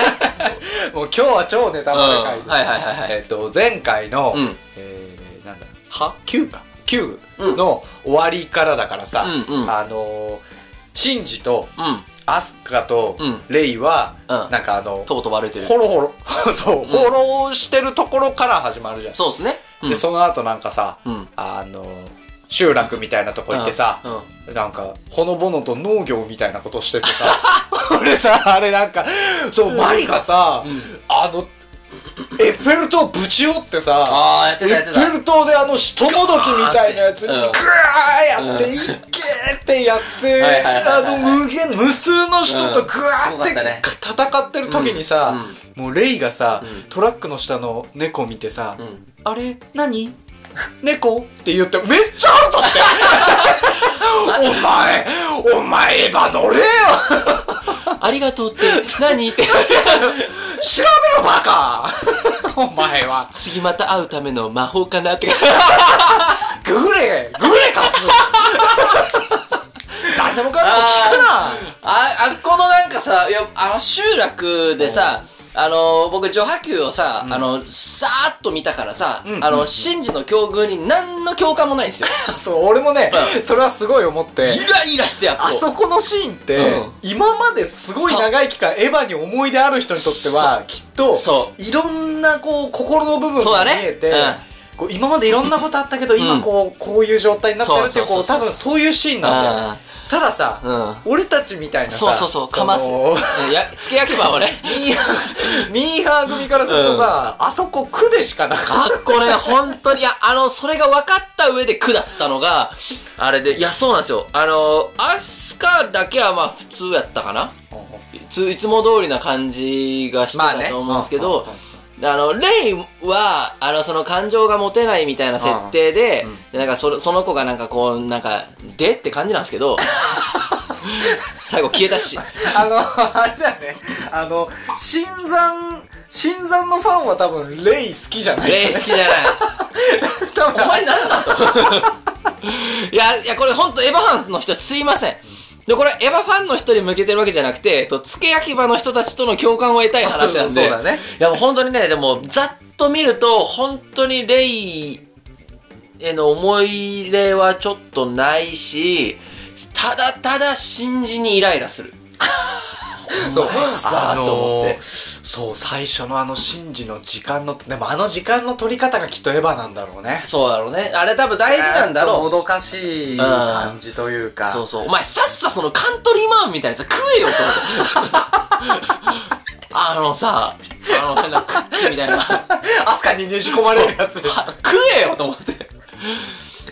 [SPEAKER 1] もう今日は超ネタ
[SPEAKER 2] うん。
[SPEAKER 1] バレ
[SPEAKER 2] は
[SPEAKER 1] 会
[SPEAKER 2] い
[SPEAKER 1] です。
[SPEAKER 2] はいはいはい。
[SPEAKER 1] えっと、前回の、
[SPEAKER 2] うん
[SPEAKER 1] えー、なんだ、は ?9 か ?9
[SPEAKER 2] うん
[SPEAKER 1] の終わりからだからさ、
[SPEAKER 2] うんうん
[SPEAKER 1] あのー、シンジと
[SPEAKER 2] うん。
[SPEAKER 1] アスカと
[SPEAKER 2] うん
[SPEAKER 1] レイは、
[SPEAKER 2] うん
[SPEAKER 1] なんかあの、
[SPEAKER 2] とうとうバレてる。
[SPEAKER 1] ほろほろ、 そう、ほろしてるところから始まるじゃん。
[SPEAKER 2] そうですね。うん
[SPEAKER 1] で、その後なんかさ、
[SPEAKER 2] うん
[SPEAKER 1] あのー、集落みたいなとこ行ってさ、
[SPEAKER 2] うんうん
[SPEAKER 1] なんか、ほのぼのと農業みたいなことしてて さ、俺さ、あれなんか、そう、マリがさ、
[SPEAKER 2] うん
[SPEAKER 1] あの、エッフェル塔ぶち折ってさ、
[SPEAKER 2] あー、やって
[SPEAKER 1] エ
[SPEAKER 2] たやっ
[SPEAKER 1] ッ
[SPEAKER 2] て
[SPEAKER 1] フ
[SPEAKER 2] た。
[SPEAKER 1] ェル塔であの、ひともどきみたいなやつに、ぐ
[SPEAKER 2] うん
[SPEAKER 1] わーやって、いけーってやって、
[SPEAKER 2] はいはいはいはい
[SPEAKER 1] あの、無限、無数の人と
[SPEAKER 2] うん
[SPEAKER 1] ぐわ
[SPEAKER 2] す
[SPEAKER 1] ーっ
[SPEAKER 2] ごか
[SPEAKER 1] て
[SPEAKER 2] ったね
[SPEAKER 1] 戦ってる時にさ、もうレイがさ
[SPEAKER 2] うん、
[SPEAKER 1] トラックの下の猫見てさ
[SPEAKER 2] う、ん。
[SPEAKER 1] あれ何猫って言って、めっちゃ腹立っ て。お前、お前エヴァ乗れよ
[SPEAKER 2] ありがと うって、何って。
[SPEAKER 1] 調べろバカ お前は。
[SPEAKER 2] 次また会うための魔法かなって。
[SPEAKER 1] グレ、グレか す何でもかんでも聞くな
[SPEAKER 2] あ、あっこのなんかさ、いや、あの集落でさ、あの僕、除波球をさ、あの、さーっと見たからさ、
[SPEAKER 1] うん
[SPEAKER 2] あ
[SPEAKER 1] うんう
[SPEAKER 2] の、
[SPEAKER 1] ん
[SPEAKER 2] 真珠の境遇に何の共感もないんですよ。
[SPEAKER 1] そう、俺もね
[SPEAKER 2] う、
[SPEAKER 1] それはすごい思って。
[SPEAKER 2] イライラしてやっと。
[SPEAKER 1] あそこのシーンって、
[SPEAKER 2] うん
[SPEAKER 1] 今まですごい長い期間エヴァに思い出ある人にとってはきっと
[SPEAKER 2] そ
[SPEAKER 1] いろんなこう心の部分
[SPEAKER 2] そう
[SPEAKER 1] が
[SPEAKER 2] だね
[SPEAKER 1] 見えて、
[SPEAKER 2] うん
[SPEAKER 1] こう今までいろんなことあったけど、今こうこういう状態になってるっていう
[SPEAKER 2] そ
[SPEAKER 1] こう
[SPEAKER 2] うそうそうそう
[SPEAKER 1] 多分そういうシーンなんだよ
[SPEAKER 2] あ
[SPEAKER 1] たださ、
[SPEAKER 2] う
[SPEAKER 1] 俺たちみたいなさ
[SPEAKER 2] そうそうそう、かます。
[SPEAKER 1] の
[SPEAKER 2] うんや、つけ焼けば俺。
[SPEAKER 1] ミーハーミーハー組からするとさ、あそこ苦でしかなかった
[SPEAKER 2] あっこれ、本当に、いや、あの、それが分かった上で苦だったのが、あれで、いや、そうなんですよ。あの、アスカだけはまあ普通やったかな。いついつも通りな感じがしてたと思うんですけど、あの、レイは、あの、その感情が持てないみたいな設定で、
[SPEAKER 1] うん
[SPEAKER 2] でなんかそ、その子がなんかこう、なんか、でって感じなんですけど、最後消えたし。
[SPEAKER 1] あの、あれだよね。あの、新山、新山のファンは多分、レイ好きじゃない。
[SPEAKER 2] レイ好きじゃない。
[SPEAKER 1] 多分
[SPEAKER 2] お前なんなんと。 いや、いや、これ本当エヴァファンの人すいません。で、これエヴァファンの人に向けてるわけじゃなくて、えっと、付け焼き場の人たちとの共感を得たい話なん
[SPEAKER 1] そ
[SPEAKER 2] で。
[SPEAKER 1] うだね。
[SPEAKER 2] いや、もう本当にね、でも、ざっと見ると、本当にレイへの思い入れはちょっとないし、ただただ新人にイライラす る。
[SPEAKER 1] そう、
[SPEAKER 2] お前さと思って
[SPEAKER 1] そう、最初のあの、シンジの時間の、でもあの時間の取り方がきっとエヴァなんだろうね。
[SPEAKER 2] そうだろうね。あれ多分大事なんだろ
[SPEAKER 1] もどかしい感じという
[SPEAKER 2] う。
[SPEAKER 1] か。
[SPEAKER 2] そうそう。お前さっさそのカントリーマンみたいなやつ食えよと思って。 あのさ、あの変なクッキーみたいな。
[SPEAKER 1] アスカにねじ込まれるやつで。
[SPEAKER 2] は食えよと思って。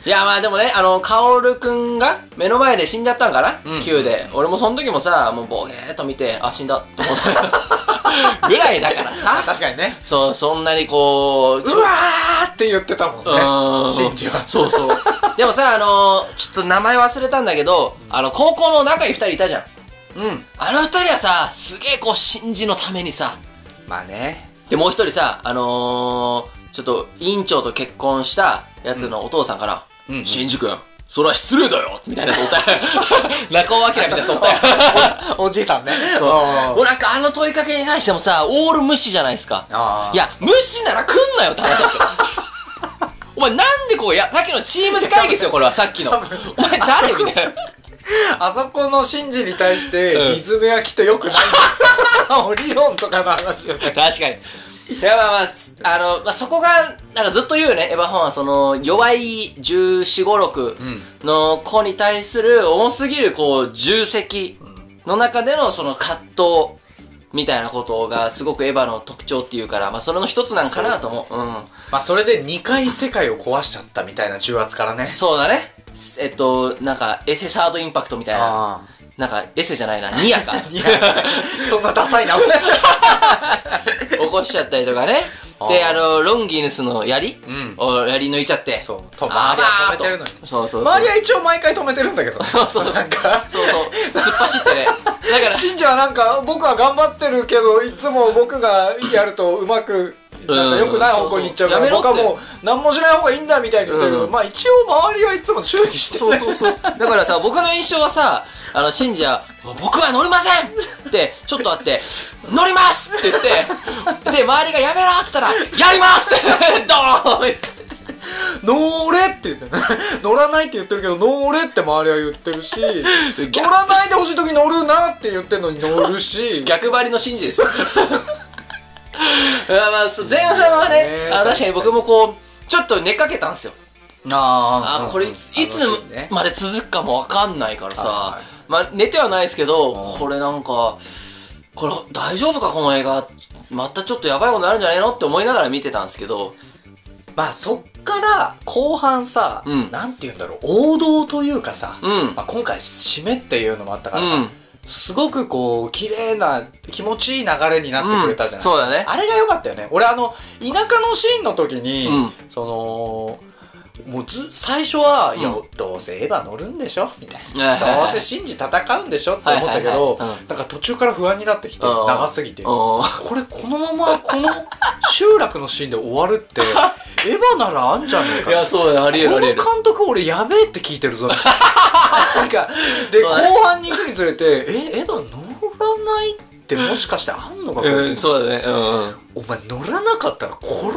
[SPEAKER 2] いや、まあでもね、あの、カオルくんが目の前で死んじゃったんかな、
[SPEAKER 1] うん
[SPEAKER 2] ?9 で。俺もその時もさ、もうボゲーっと見て、あ、死んだ と思った。ぐらいだからさ。
[SPEAKER 1] 確かにね。
[SPEAKER 2] そう、そんなにこう、
[SPEAKER 1] うわーって言ってたもん
[SPEAKER 2] う
[SPEAKER 1] ね。
[SPEAKER 2] ん
[SPEAKER 1] シンジは。
[SPEAKER 2] そうそう。でもさ、あの、ちょっと名前忘れたんだけど、あの、高校の仲いい二人いたじゃん。
[SPEAKER 1] うん。
[SPEAKER 2] あの二人はさ、すげえこう、信じのためにさ、
[SPEAKER 1] まあね。
[SPEAKER 2] で、もう一人さ、あのー、ちょっと、委員長と結婚したやつのお父さんから、
[SPEAKER 1] うんうん
[SPEAKER 2] 新次君、それは失礼だよみたいなやつおったよ。 中尾明みたいなやつおったよ。
[SPEAKER 1] おじいさんね。
[SPEAKER 2] もうなんかあの問いかけに関してもさ、オール無視じゃないですか。
[SPEAKER 1] あー
[SPEAKER 2] いや、無視なら来んなよって話ですよ。 お前なんでこう、いや、さっきのチームス会議ですよ、これは、さっきの。お前誰みたいな。
[SPEAKER 1] あそこのシンジに対して、
[SPEAKER 2] うん
[SPEAKER 1] 水目はきっと良くない。 オリオンとかの話よね。
[SPEAKER 2] 確かに。いや、まあまあ、あの、まあ、そこが、なんかずっと言うよね、エヴァファンは、その、弱い14、5、6の子に対する重すぎる、こう、重責の中での、その、葛藤みたいなことが、すごくエヴァの特徴っていうから、まあ、それの一つなんかなと思う。うん。
[SPEAKER 1] まあそれで2回世界を壊しちゃったみたいな重圧からね。
[SPEAKER 2] そうだね。えっと、なんか、エセサードインパクトみたいな。
[SPEAKER 1] ああ。
[SPEAKER 2] なんか、エセじゃないな、ニ ヤか。
[SPEAKER 1] いや、そんなダサいな。
[SPEAKER 2] 起こしちゃったりとかね。 で、あの、ロンギヌスの槍
[SPEAKER 1] ん
[SPEAKER 2] をやり抜いちゃって。
[SPEAKER 1] そうと周
[SPEAKER 2] あー
[SPEAKER 1] りは止めてるのに
[SPEAKER 2] ばーっとそうそうそう。
[SPEAKER 1] 周りは一応毎回止めてるんだけど。
[SPEAKER 2] そうそうそう
[SPEAKER 1] なんか、
[SPEAKER 2] そうそう。突っ走ってね。だから、
[SPEAKER 1] 信者はなんか、僕は頑張ってるけど、いつも僕がやるとうまく、なんか良くない方向に行っちゃうか
[SPEAKER 2] うん
[SPEAKER 1] ら、
[SPEAKER 2] そう
[SPEAKER 1] 僕
[SPEAKER 2] そう
[SPEAKER 1] はもう何もしない方がいいんだみたいに言ってるけど、
[SPEAKER 2] うん
[SPEAKER 1] まあ一応周りはいつも注意して
[SPEAKER 2] そうそうそう。だからさ、僕の印象はさ、あの、信者は、僕は乗りませんって、ちょっとあって、乗りますって言って、で、周りがやめろって言ったら、やりますって、ドーン
[SPEAKER 1] 乗れって言ってね 乗らないって言ってるけど乗れって周りは言って るし
[SPEAKER 2] 逆
[SPEAKER 1] 乗らないでほしい時乗るなって言ってんのに乗るし
[SPEAKER 2] 逆張りの信じですよ。まあまあそう前半はね
[SPEAKER 1] ね、
[SPEAKER 2] あ確かに僕もこう、ちょっと寝かけたんですよ。
[SPEAKER 1] あ
[SPEAKER 2] あこれいついつ
[SPEAKER 1] ね
[SPEAKER 2] まで続くかもわかんないか
[SPEAKER 1] は
[SPEAKER 2] らさ、まあ、寝てはないですけど
[SPEAKER 1] う、ん
[SPEAKER 2] これなんか、これ大丈夫かこの映画。またちょっとやばいことになるんじゃないのって思いながら見てたんですけど、
[SPEAKER 1] まあそっから後半さ、
[SPEAKER 2] うん
[SPEAKER 1] なんて言うんだろう王道というかさ、
[SPEAKER 2] うん
[SPEAKER 1] まあ、今回締めっていうのもあった
[SPEAKER 2] う
[SPEAKER 1] からさ、
[SPEAKER 2] ん。
[SPEAKER 1] すごくこう綺麗な気持ちいい流れになってくれたじゃない、
[SPEAKER 2] うんそうだね。
[SPEAKER 1] あれが良かったよね。俺あの、田舎のシーンの時に、
[SPEAKER 2] うん
[SPEAKER 1] その、もうず、最初は、
[SPEAKER 2] ん
[SPEAKER 1] いや、どうせエヴァ乗るんでしょみたい
[SPEAKER 2] はいはい
[SPEAKER 1] な。
[SPEAKER 2] は
[SPEAKER 1] ど
[SPEAKER 2] いう
[SPEAKER 1] せシンジ戦うんでしょって思ったけど
[SPEAKER 2] はいはいはいうん、
[SPEAKER 1] だから途中から不安になってきて、
[SPEAKER 2] うん
[SPEAKER 1] 長すぎて。こ
[SPEAKER 2] おー
[SPEAKER 1] れこのまま、この集落のシーンで終わる って、エヴァならあんじゃねえか
[SPEAKER 2] いや、そうだね、ありえるあ
[SPEAKER 1] この
[SPEAKER 2] りえ
[SPEAKER 1] 監
[SPEAKER 2] る。
[SPEAKER 1] 督俺やべえって聞いて るぞ。なんか、で、
[SPEAKER 2] そうだね
[SPEAKER 1] 後半に行くにつれて、え、エヴァ乗らないってもしかしてあんのかこいつ
[SPEAKER 2] うん、そうだね。うんうん。
[SPEAKER 1] お前乗らなかったら殺すぞ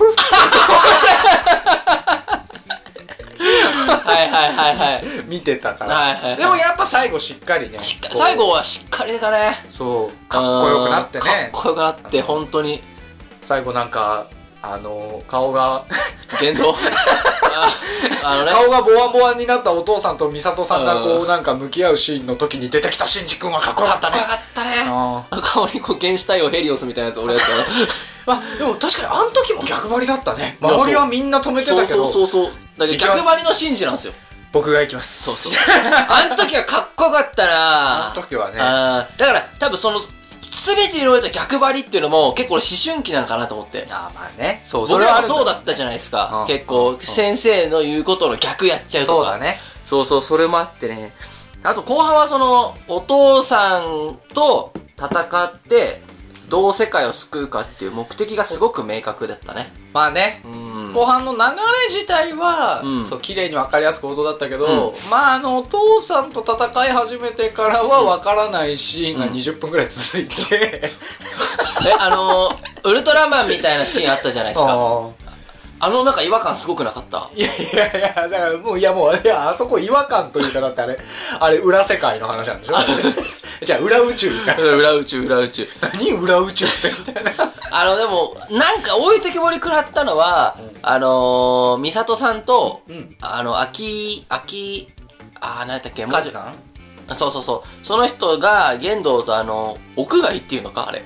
[SPEAKER 2] はいはいはいはい。
[SPEAKER 1] 見てたから、
[SPEAKER 2] はいはいはい
[SPEAKER 1] でもやっぱ最後しっかりね
[SPEAKER 2] しっか
[SPEAKER 1] こう
[SPEAKER 2] 最後はしっかり出たね。
[SPEAKER 1] そうかっこよくなって
[SPEAKER 2] かっ
[SPEAKER 1] ね
[SPEAKER 2] こよくなって、本当に。
[SPEAKER 1] 最後なんかあの顔が
[SPEAKER 2] 言 動ああのね。
[SPEAKER 1] 顔がボワンボワンになったお父さんと美里さんがこ
[SPEAKER 2] う
[SPEAKER 1] うなんか向き合うシーンの時に出てきたシンジ君はかっこよ
[SPEAKER 2] か
[SPEAKER 1] か
[SPEAKER 2] っ
[SPEAKER 1] ったね
[SPEAKER 2] かったね。
[SPEAKER 1] あ
[SPEAKER 2] あ顔にこう原始太陽ヘリオスみたいなやつ俺やったら
[SPEAKER 1] あでも確かにあの時も逆張りだったね周りはみんな止めてた
[SPEAKER 2] そう
[SPEAKER 1] けど
[SPEAKER 2] そうそうそうだけど逆張りの信じなんですよ
[SPEAKER 1] 僕が行きます
[SPEAKER 2] そうそうあん時はかっこよかったな
[SPEAKER 1] あの時はね
[SPEAKER 2] あーだから多分その全てにおいて逆張りっていうのも結構俺思春期なのかなと思って
[SPEAKER 1] ああまあねそう
[SPEAKER 2] 僕ら
[SPEAKER 1] あ
[SPEAKER 2] は
[SPEAKER 1] るん
[SPEAKER 2] そうだったじゃないですか
[SPEAKER 1] うん
[SPEAKER 2] 結構先生の言うことの逆やっちゃうとか
[SPEAKER 1] そうだね
[SPEAKER 2] そうそうそれもあってねあと後半はその、お父さんと戦って、どう世界を救うかっていう目的がすごく明確だったね。
[SPEAKER 1] まあね
[SPEAKER 2] う、ん。
[SPEAKER 1] 後半の流れ自体は、
[SPEAKER 2] うん
[SPEAKER 1] そう綺麗に分かりやすく放送だったけど、
[SPEAKER 2] う
[SPEAKER 1] まああのお父さんと戦い始めてからは分からないシーンが
[SPEAKER 2] うん
[SPEAKER 1] 20分ぐらい続い て、
[SPEAKER 2] え、あのー、ウルトラマンみたいなシーンあったじゃないですか。
[SPEAKER 1] あ
[SPEAKER 2] あのなんか違和感すごくなかった。
[SPEAKER 1] ーいやいやいやだからもういやもういやあそこ違和感というかだってあれあれ裏世界の話なんでしょじゃあ裏宇宙みたいな
[SPEAKER 2] 裏宇宙、裏宇宙。
[SPEAKER 1] 何裏宇宙ってみたいな
[SPEAKER 2] あの、でも、なんか置いてきぼり食らったのは、あのー、美里さんと、
[SPEAKER 1] うん
[SPEAKER 2] あの、秋、秋、あー、何やったっけ、
[SPEAKER 1] カジさん
[SPEAKER 2] んそうそうそう。その人が、玄道とあの、屋外っていうのか、あれ。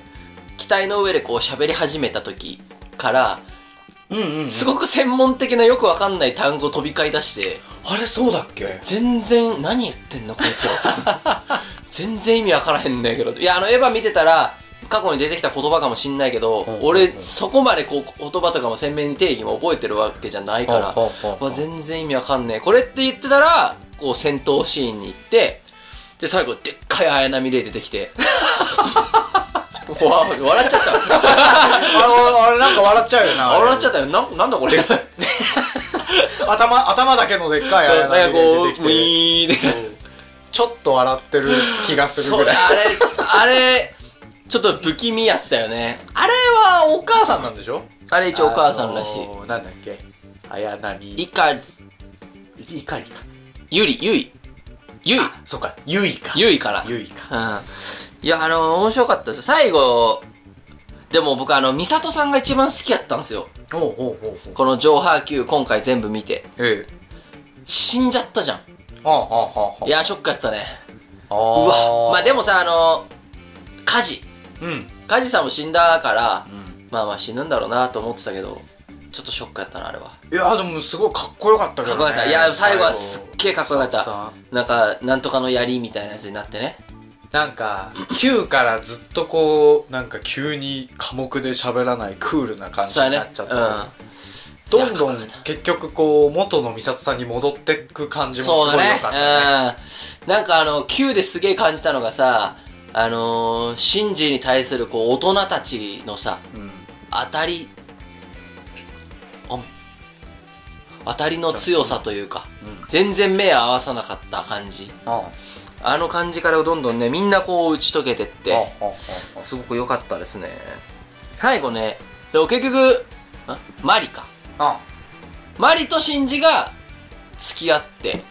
[SPEAKER 2] 機体の上でこう喋り始めた時から、
[SPEAKER 1] うんうん、
[SPEAKER 2] すごく専門的なよくわかんない単語飛び交い出して、
[SPEAKER 1] あれそうだっけ
[SPEAKER 2] 全然、何言ってんのこいつら。全然意味わからへんねんけど。いや、あの、エヴァ見てたら、過去に出てきた言葉かもしんないけど、
[SPEAKER 1] うんうんうん
[SPEAKER 2] 俺、そこまでこう、言葉とかも鮮明に定義も覚えてるわけじゃないから、
[SPEAKER 1] ほうほうほう
[SPEAKER 2] わ全然意味わかんねえ。これって言ってたら、こう、戦闘シーンに行って、で、最後、でっかい綾波レイ出て きて、うわ笑っちゃっ
[SPEAKER 1] あ
[SPEAKER 2] た。
[SPEAKER 1] れあれなんか笑っちゃうよなあれ
[SPEAKER 2] 笑っちゃったよ。な、なんだこれ。
[SPEAKER 1] 頭頭だけのでっかい
[SPEAKER 2] なん
[SPEAKER 1] あ
[SPEAKER 2] か
[SPEAKER 1] れが
[SPEAKER 2] こう、
[SPEAKER 1] 出て
[SPEAKER 2] ウ
[SPEAKER 1] きて
[SPEAKER 2] ィーンで。
[SPEAKER 1] ちょっと笑ってる気がする
[SPEAKER 2] そ
[SPEAKER 1] ぐ
[SPEAKER 2] れ
[SPEAKER 1] らい
[SPEAKER 2] あれ、あれ、ちょっと不気味やったよね。
[SPEAKER 1] あれはお母さんなんでしょ
[SPEAKER 2] あれ一応お母さんらしい。
[SPEAKER 1] あのーなんだっけ綾波
[SPEAKER 2] いか、
[SPEAKER 1] いかりか
[SPEAKER 2] ゆり、ゆい。ゆい。
[SPEAKER 1] そうかゆいか
[SPEAKER 2] ゆいから。
[SPEAKER 1] ゆいか
[SPEAKER 2] うん。いや、あのー、面白かったです。最後、でも僕あの、ミサトさんが一番好きやったんですよ。
[SPEAKER 1] おうおうおうおう
[SPEAKER 2] この上波球今回全部見て。
[SPEAKER 1] ええ
[SPEAKER 2] 死んじゃったじゃん。
[SPEAKER 1] あああああ
[SPEAKER 2] いや、ショックやったね。
[SPEAKER 1] あ
[SPEAKER 2] う
[SPEAKER 1] あ
[SPEAKER 2] わ。まあでもさ、あのー、カジ。
[SPEAKER 1] うん
[SPEAKER 2] カジさんも死んだから
[SPEAKER 1] う、ん
[SPEAKER 2] まあまあ死ぬんだろうなと思ってたけど、ちょっとショックやったな、あれは。
[SPEAKER 1] いやでもすごいかっこよかったけ
[SPEAKER 2] かっ
[SPEAKER 1] ど
[SPEAKER 2] こ
[SPEAKER 1] ね
[SPEAKER 2] よかった。いや、最後はすっげえかっこよかっ
[SPEAKER 1] そう
[SPEAKER 2] た
[SPEAKER 1] そ。
[SPEAKER 2] なんか、なんとかの槍みたいなやつになってね。
[SPEAKER 1] なんか Q からずっとこうなんか急に寡黙で喋らないクールな感じ
[SPEAKER 2] そう
[SPEAKER 1] に
[SPEAKER 2] や
[SPEAKER 1] な
[SPEAKER 2] ね
[SPEAKER 1] っちゃっ。
[SPEAKER 2] う
[SPEAKER 1] た、
[SPEAKER 2] ん。
[SPEAKER 1] どんど
[SPEAKER 2] い
[SPEAKER 1] ん
[SPEAKER 2] やかっこよかった
[SPEAKER 1] 結局こう元の美里さんに戻ってく感じもす
[SPEAKER 2] そう
[SPEAKER 1] ごい
[SPEAKER 2] だ
[SPEAKER 1] 良
[SPEAKER 2] ね
[SPEAKER 1] かったね。
[SPEAKER 2] うん。なんかあの、Q ですげえ感じたのがさ、あのー、シンジに対するこう、大人たちのさ、
[SPEAKER 1] うん
[SPEAKER 2] 当たり、あ当たりの強さというか、全然目合わさなかった感じ。
[SPEAKER 1] あ
[SPEAKER 2] あの感じからどんどんね、みんなこう打ち解けてって、
[SPEAKER 1] あああ
[SPEAKER 2] すごく良かったですね。最後ね、でも結局、あマリか。
[SPEAKER 1] あ
[SPEAKER 2] マリとシンジが付き合って、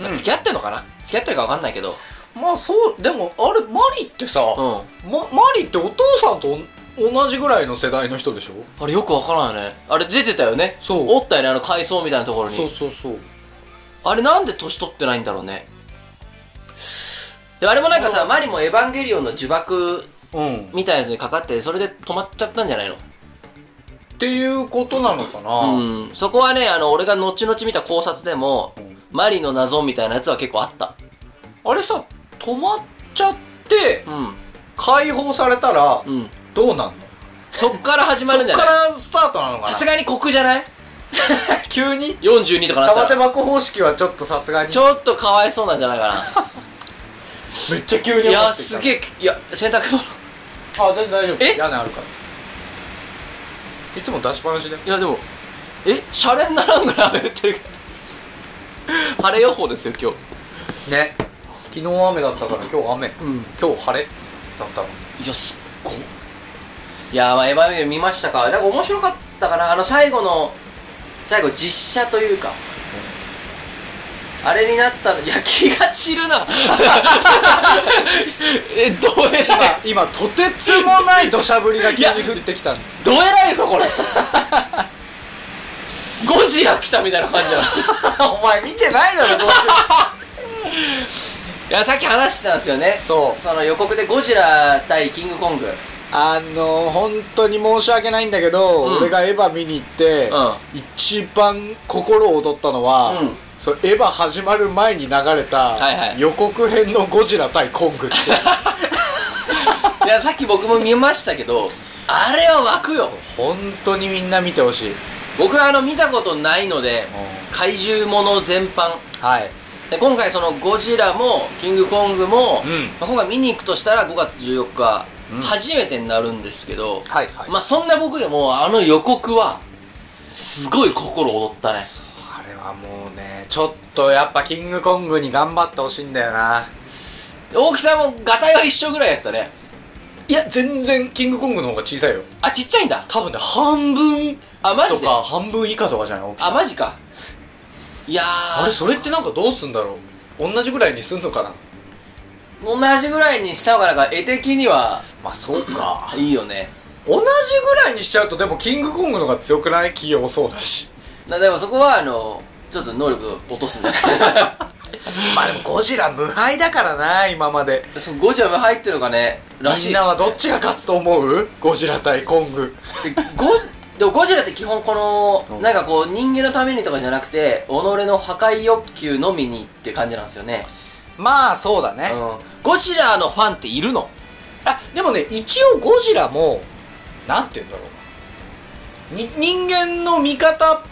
[SPEAKER 1] うん
[SPEAKER 2] 付き合ってんのかな付き合ってるか分かんないけど、
[SPEAKER 1] まあそうでもあれマリってさ、
[SPEAKER 2] うん。
[SPEAKER 1] まマリってお父さんとお同じぐらいの世代の人でしょ
[SPEAKER 2] あれよく分からんよね。あれ出てたよね。
[SPEAKER 1] そう
[SPEAKER 2] おったよね、あの階層みたいなところに。
[SPEAKER 1] そうそうそう
[SPEAKER 2] あれなんで年取ってないんだろうね。で、あれもなんかさ、マリもエヴァンゲリオンの呪縛
[SPEAKER 1] うんっ
[SPEAKER 2] みたいなやつにかかって、それで止まっちゃったんじゃないの
[SPEAKER 1] ていうことなのかな、
[SPEAKER 2] うん、そこはね、あの、俺が後々見た考察でも、
[SPEAKER 1] うん
[SPEAKER 2] マリの謎みたいなやつは結構あった。
[SPEAKER 1] あれさ止まっちゃって
[SPEAKER 2] うん、
[SPEAKER 1] 解放されたら
[SPEAKER 2] うん。
[SPEAKER 1] どうなんの
[SPEAKER 2] そっから始ま
[SPEAKER 1] そ
[SPEAKER 2] るん
[SPEAKER 1] っ
[SPEAKER 2] じゃ
[SPEAKER 1] か
[SPEAKER 2] ない
[SPEAKER 1] らスタートなのか
[SPEAKER 2] さ
[SPEAKER 1] な
[SPEAKER 2] すがに酷じゃない
[SPEAKER 1] 急に
[SPEAKER 2] ?42 とかな
[SPEAKER 1] 玉
[SPEAKER 2] っ
[SPEAKER 1] 手
[SPEAKER 2] たら。
[SPEAKER 1] 箱方式はちょっとさすがに
[SPEAKER 2] ちょっとかわいそうなんじゃないか
[SPEAKER 1] めっちゃ急
[SPEAKER 2] な。い
[SPEAKER 1] に
[SPEAKER 2] や、すげ
[SPEAKER 1] え
[SPEAKER 2] え、いや、洗濯物。
[SPEAKER 1] あ全然大丈夫
[SPEAKER 2] え
[SPEAKER 1] 屋根あるからいつも出しっぱなしで
[SPEAKER 2] いや、でも、え、シャレにならんぐらい雨降ってるけど。晴れ予報ですよ、今日。
[SPEAKER 1] ね昨日雨だったから今日雨、
[SPEAKER 2] うん
[SPEAKER 1] 今日晴れだったの
[SPEAKER 2] いや、すっごい。いやー、まあ、エヴァンゲリオン見ましたか。なんか面白かったかな。あの、最後の、最後、実写というか、あれになったの、いや、気が散るな。 え、どうえらい。
[SPEAKER 1] 今とてつもない土砂降りが急に降ってきたん
[SPEAKER 2] どえらいぞ、これ。ゴジラ来たみたいな感じだ な。
[SPEAKER 1] お前見てないだろどうし
[SPEAKER 2] いや、さっき話してたんですよね。
[SPEAKER 1] そう
[SPEAKER 2] その予告でゴジラ対キングコング。うん。
[SPEAKER 1] あの本当に申し訳ないんだけど、
[SPEAKER 2] うん
[SPEAKER 1] 俺がエヴァ見に行って、
[SPEAKER 2] う
[SPEAKER 1] 一番心躍ったのは、
[SPEAKER 2] うん
[SPEAKER 1] そうエヴァ始まる前に流れた、
[SPEAKER 2] はいはい
[SPEAKER 1] 予告編の「ゴジラ対コング」って
[SPEAKER 2] いや、さっき僕も見ましたけど、あれは湧くよ。
[SPEAKER 1] 本当にみんな見てほしい、
[SPEAKER 2] 僕はあの見たことないので、怪獣もの全般
[SPEAKER 1] はい
[SPEAKER 2] で今回そのゴジラもキングコングも、
[SPEAKER 1] うん
[SPEAKER 2] まあ、今回見に行くとしたら5月14日、
[SPEAKER 1] うん
[SPEAKER 2] 初めてになるんですけど、
[SPEAKER 1] はいはい
[SPEAKER 2] まあそんな僕でもあの予告はすごい心躍ったね
[SPEAKER 1] あれはもうねちょっとやっぱキングコングに頑張ってほしいんだよな
[SPEAKER 2] 大きさもガタイが一緒ぐらいやったね
[SPEAKER 1] いや全然キングコングの方が小さいよ
[SPEAKER 2] あちっちゃいんだ
[SPEAKER 1] 多分ね半分
[SPEAKER 2] あマ
[SPEAKER 1] と
[SPEAKER 2] ジで
[SPEAKER 1] か半分以下とかじゃない大きさ
[SPEAKER 2] あマジかいやー
[SPEAKER 1] あれそれってなんかどうすんだろう同じぐらいにすんのかな
[SPEAKER 2] 同じぐらいにした方がなんか絵的には
[SPEAKER 1] まあそうか
[SPEAKER 2] いいよね
[SPEAKER 1] 同じぐらいにしちゃうとでもキングコングの方が強くない器用そうだし
[SPEAKER 2] なでもそこはあのちょっと能力を落と すんだね
[SPEAKER 1] まあでもゴジラ無敗だからな今まで
[SPEAKER 2] そのゴジラ無敗っていうのがねらしい
[SPEAKER 1] みんなはどっちが勝つと思うゴジラ対コング
[SPEAKER 2] でゴでもゴジラって基本この、
[SPEAKER 1] うん
[SPEAKER 2] なんかこう人間のためにとかじゃなくて己の破壊欲求のみにって感じなんですよね、
[SPEAKER 1] まあそうだ
[SPEAKER 2] う
[SPEAKER 1] ね
[SPEAKER 2] ん、ゴジラのファンっているの
[SPEAKER 1] あでもね一応ゴジラもなんて言うんだろうに人間の味方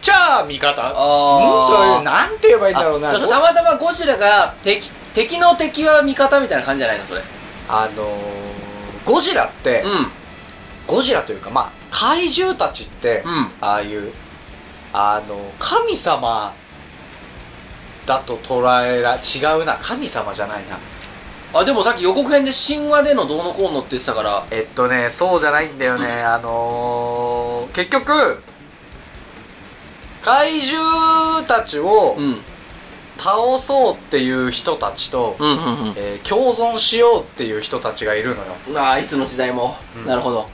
[SPEAKER 1] じゃあ味方
[SPEAKER 2] あ
[SPEAKER 1] うんとい
[SPEAKER 2] ー
[SPEAKER 1] うなんて言えばいいんだろうな
[SPEAKER 2] あだからたまたまゴジラが敵敵の敵は味方みたいな感じじゃないのそれ
[SPEAKER 1] あのーゴジラって、
[SPEAKER 2] うん
[SPEAKER 1] ゴジラというかまあ怪獣たちって、
[SPEAKER 2] うん
[SPEAKER 1] ああいうあの神様だと捉えら違うな神様じゃないな
[SPEAKER 2] あでもさっき予告編で神話でのどうのこうのって言ってたから
[SPEAKER 1] えっとねそうじゃないんだよね、あのー、結局怪獣たちを
[SPEAKER 2] うん
[SPEAKER 1] 倒そうっていう人たちと、
[SPEAKER 2] うんうんうん
[SPEAKER 1] えー共存しようっていう人たちがいるのよ
[SPEAKER 2] ああいつの時代も、
[SPEAKER 1] うん
[SPEAKER 2] なるほど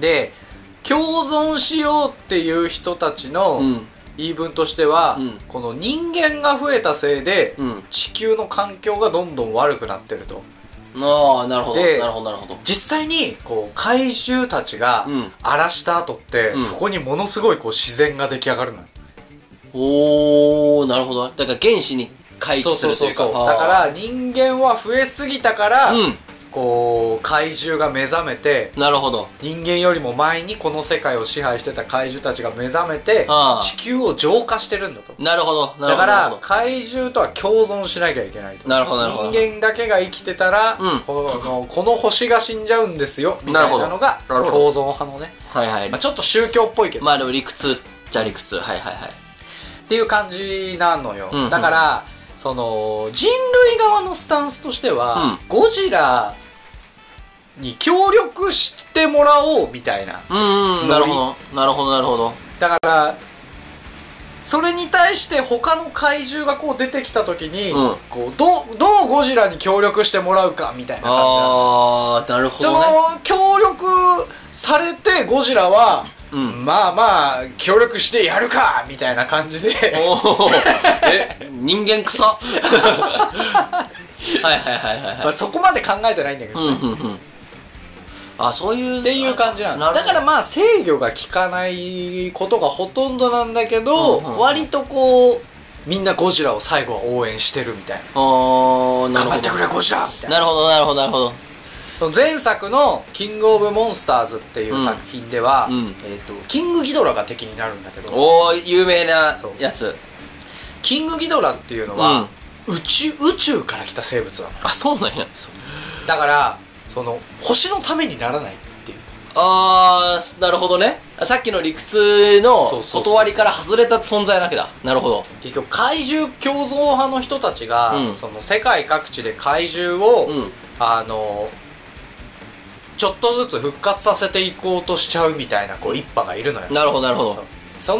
[SPEAKER 1] で共存しようっていう人たち
[SPEAKER 2] う
[SPEAKER 1] の
[SPEAKER 2] ん
[SPEAKER 1] 言い分としては、
[SPEAKER 2] うん
[SPEAKER 1] この人間が増えたせいで、
[SPEAKER 2] うん
[SPEAKER 1] 地球の環境がどんどん悪くなってると
[SPEAKER 2] ああなるほど
[SPEAKER 1] で
[SPEAKER 2] なるほどなるほど
[SPEAKER 1] 実際にこう怪獣たちが
[SPEAKER 2] うん
[SPEAKER 1] 荒らした後って、
[SPEAKER 2] うん
[SPEAKER 1] そこにものすごいこう自然が出来上がるのよ
[SPEAKER 2] おーなるほどだから原始に回帰するというか
[SPEAKER 1] そうそうそうだから人間は増えすぎたから、
[SPEAKER 2] あー
[SPEAKER 1] こう怪獣が目覚めて
[SPEAKER 2] うんなるほど
[SPEAKER 1] 人間よりも前にこの世界を支配してた怪獣たちが目覚めて
[SPEAKER 2] ああ
[SPEAKER 1] 地球を浄化してるんだと
[SPEAKER 2] なるほどな
[SPEAKER 1] だ
[SPEAKER 2] るほど
[SPEAKER 1] から怪獣とは共存しなきゃいけないと
[SPEAKER 2] なるほどなるほど
[SPEAKER 1] 人間だけが生きてたら、
[SPEAKER 2] うん
[SPEAKER 1] このこの星が死んじゃうんですよみ
[SPEAKER 2] なる
[SPEAKER 1] たい
[SPEAKER 2] ほど
[SPEAKER 1] なのが
[SPEAKER 2] なるほ
[SPEAKER 1] 共存派のね、
[SPEAKER 2] はいはい
[SPEAKER 1] まあ、ちょっと宗教っぽいけど、
[SPEAKER 2] まあでも理屈っちゃ理屈はいはいはい
[SPEAKER 1] っていう感じなのよ、
[SPEAKER 2] うんうん
[SPEAKER 1] だからその人類側のスタンスとしては、ゴジラに協力してもらおうみたいな
[SPEAKER 2] うんうんなるほどなるほどなるほど
[SPEAKER 1] だからそれに対して他の怪獣がこう出てきた時に、
[SPEAKER 2] うん
[SPEAKER 1] こうどうどうゴジラに協力してもらうかみたいな感じなの
[SPEAKER 2] ああなるほ
[SPEAKER 1] そ
[SPEAKER 2] どね
[SPEAKER 1] の協力されてゴジラは、
[SPEAKER 2] うん
[SPEAKER 1] まあまあ協力してやるかみたいな感じで
[SPEAKER 2] おおえ人間臭はいはいはいはいは い
[SPEAKER 1] まあ、そこまで考えてないんだけど
[SPEAKER 2] うんうんうんあそういう
[SPEAKER 1] っていう感じなの
[SPEAKER 2] るほ
[SPEAKER 1] だ
[SPEAKER 2] ど
[SPEAKER 1] からまあ制御が効かないことがほとんどなんだけど、
[SPEAKER 2] うんうんうん
[SPEAKER 1] 割とこうみんなゴジラを最後は応援してるみたいな
[SPEAKER 2] おーな
[SPEAKER 1] 頑
[SPEAKER 2] る
[SPEAKER 1] 張
[SPEAKER 2] ほ
[SPEAKER 1] ってく
[SPEAKER 2] ど
[SPEAKER 1] れゴジラみたいな
[SPEAKER 2] なるほどなるほどなるほど
[SPEAKER 1] その前作の「キングオブモンスターズ」っていう作品では、
[SPEAKER 2] うんうん
[SPEAKER 1] えー、とキングギドラが敵になるんだけど
[SPEAKER 2] おお有名な
[SPEAKER 1] そう
[SPEAKER 2] やつ
[SPEAKER 1] キングギドラっていうのは、宇宙宇宙から来た生物なの
[SPEAKER 2] あそうなんや
[SPEAKER 1] だからその星のためにならないっていう
[SPEAKER 2] あーなるほどねさっきの理屈の
[SPEAKER 1] そうそうそう
[SPEAKER 2] 断りから外れた存在なわけだなるほど
[SPEAKER 1] 結局怪獣共存派の人たちが、
[SPEAKER 2] うん
[SPEAKER 1] その世界各地で怪獣を、
[SPEAKER 2] うん
[SPEAKER 1] あのちょっとずつ復活させていこうとしちゃうみたいなこう一派がいるのよ
[SPEAKER 2] なるほどなるほ
[SPEAKER 1] そう
[SPEAKER 2] ど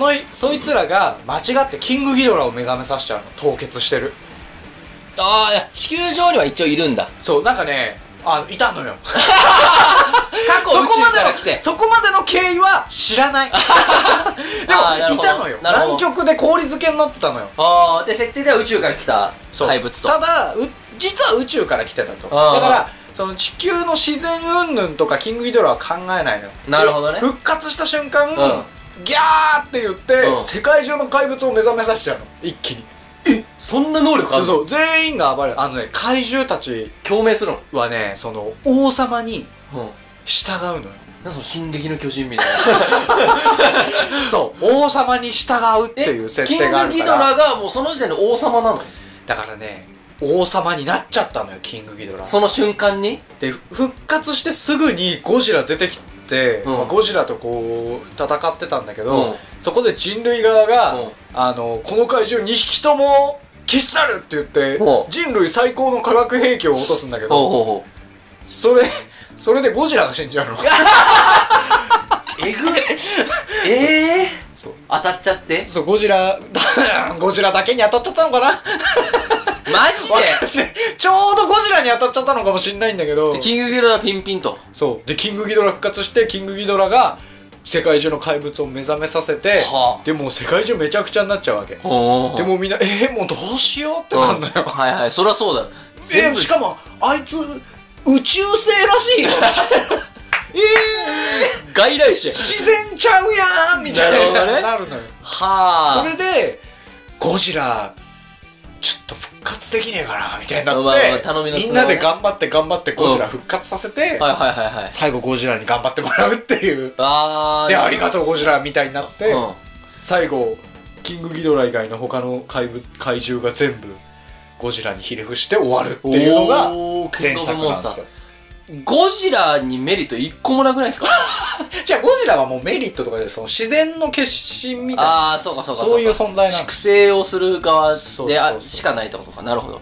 [SPEAKER 1] そのそいつらが間違ってキングギドラを目覚めさせちゃうの凍結してる
[SPEAKER 2] ああいや地球上には一応いるんだ
[SPEAKER 1] そうなんかねあのいたのよそ
[SPEAKER 2] 過去宇
[SPEAKER 1] こ
[SPEAKER 2] 宙
[SPEAKER 1] まで
[SPEAKER 2] から
[SPEAKER 1] の
[SPEAKER 2] 来て
[SPEAKER 1] そこまでの経緯は知ら ないで
[SPEAKER 2] あーなる
[SPEAKER 1] もい
[SPEAKER 2] ほど
[SPEAKER 1] たのよ
[SPEAKER 2] なるほど
[SPEAKER 1] 南極で氷漬けになってたのよ
[SPEAKER 2] ああで設定では宇宙から来た怪物と
[SPEAKER 1] ただう実は宇宙から来てたとだ
[SPEAKER 2] あー
[SPEAKER 1] からその地球の自然云々とかキングギドラは考えないのよ
[SPEAKER 2] なるほど
[SPEAKER 1] で
[SPEAKER 2] ね
[SPEAKER 1] 復活した瞬間、
[SPEAKER 2] う
[SPEAKER 1] ギャーって言って、
[SPEAKER 2] うん
[SPEAKER 1] 世界中の怪物を目覚めさせちゃうの一気に
[SPEAKER 2] そんな能力
[SPEAKER 1] そう
[SPEAKER 2] ある
[SPEAKER 1] そう全員が暴れるあのね怪獣たち
[SPEAKER 2] 共鳴するの
[SPEAKER 1] はねその王様に
[SPEAKER 2] うん
[SPEAKER 1] 従うのよ
[SPEAKER 2] なんかその「進撃の巨人」みたいな
[SPEAKER 1] そう王様に従うっていう設
[SPEAKER 2] キン
[SPEAKER 1] 定があ
[SPEAKER 2] グ
[SPEAKER 1] る
[SPEAKER 2] ギ
[SPEAKER 1] か
[SPEAKER 2] ドラ
[SPEAKER 1] ら
[SPEAKER 2] がもうその時点で王 様なの
[SPEAKER 1] だからね王様になっちゃったのよキングギドラ
[SPEAKER 2] その瞬間に
[SPEAKER 1] で復活してすぐにゴジラ出てきて、
[SPEAKER 2] うん
[SPEAKER 1] まあゴジラとこう戦ってたんだけど、
[SPEAKER 2] うん
[SPEAKER 1] そこで人類側が、
[SPEAKER 2] うん
[SPEAKER 1] あのこの怪獣2匹とも消し去るって言って、
[SPEAKER 2] うん
[SPEAKER 1] 人類最高の化学兵器を落とすんだけど、
[SPEAKER 2] ほうほうほ
[SPEAKER 1] それそれでゴジラが死んじゃうの
[SPEAKER 2] うえぐい ええ
[SPEAKER 1] そう
[SPEAKER 2] 当たっちゃって
[SPEAKER 1] そうゴジラ ゴジラだけに当たっちゃったのかな
[SPEAKER 2] マジ
[SPEAKER 1] ちょうどゴジラに当たっちゃったのかもしんないんだけど
[SPEAKER 2] でキングギドラはピンピンと
[SPEAKER 1] そうでキングギドラ復活してキングギドラが世界中の怪物を目覚めさせて、
[SPEAKER 2] はあ
[SPEAKER 1] でもう世界中めちゃくちゃになっちゃうわけ、
[SPEAKER 2] ほ
[SPEAKER 1] でもみんなえー、もうどうしようってなんだよ、
[SPEAKER 2] はいはいそりゃそうだよ
[SPEAKER 1] えーしかもあいつ宇宙生ら しいよえー、
[SPEAKER 2] 外来種
[SPEAKER 1] 自然ちゃうやんみたい
[SPEAKER 2] なるほ
[SPEAKER 1] な
[SPEAKER 2] どね
[SPEAKER 1] なるのよそ
[SPEAKER 2] は
[SPEAKER 1] れでゴジラちょっと復活できねえかなみたいになって、
[SPEAKER 2] まあまあ頼みの
[SPEAKER 1] み
[SPEAKER 2] 綱
[SPEAKER 1] ん
[SPEAKER 2] は
[SPEAKER 1] な
[SPEAKER 2] ね
[SPEAKER 1] で頑張って頑張ってゴジラ復活させて、
[SPEAKER 2] あはいはいはいはい
[SPEAKER 1] 最後ゴジラに頑張ってもらうっていう
[SPEAKER 2] あー
[SPEAKER 1] でありがとうゴジラみたいになって、
[SPEAKER 2] うん
[SPEAKER 1] 最後キングギドラ以外の他の怪物怪獣が全部ゴジラにひれ伏して終わるっていうのが
[SPEAKER 2] おー
[SPEAKER 1] 前
[SPEAKER 2] キ
[SPEAKER 1] 作
[SPEAKER 2] ングオブモン
[SPEAKER 1] なん
[SPEAKER 2] ス
[SPEAKER 1] で
[SPEAKER 2] タ
[SPEAKER 1] す
[SPEAKER 2] ー
[SPEAKER 1] よ
[SPEAKER 2] ゴジラにメリット一個もなくないで すか
[SPEAKER 1] じゃあゴジラはもうメリットとかでその自然の結晶みたいな
[SPEAKER 2] ああそうかそうか
[SPEAKER 1] そういう
[SPEAKER 2] か
[SPEAKER 1] 存在なんで
[SPEAKER 2] 粛
[SPEAKER 1] す
[SPEAKER 2] 清をする側
[SPEAKER 1] そう
[SPEAKER 2] で
[SPEAKER 1] そ
[SPEAKER 2] あ
[SPEAKER 1] うそう
[SPEAKER 2] しかないってことかなるほど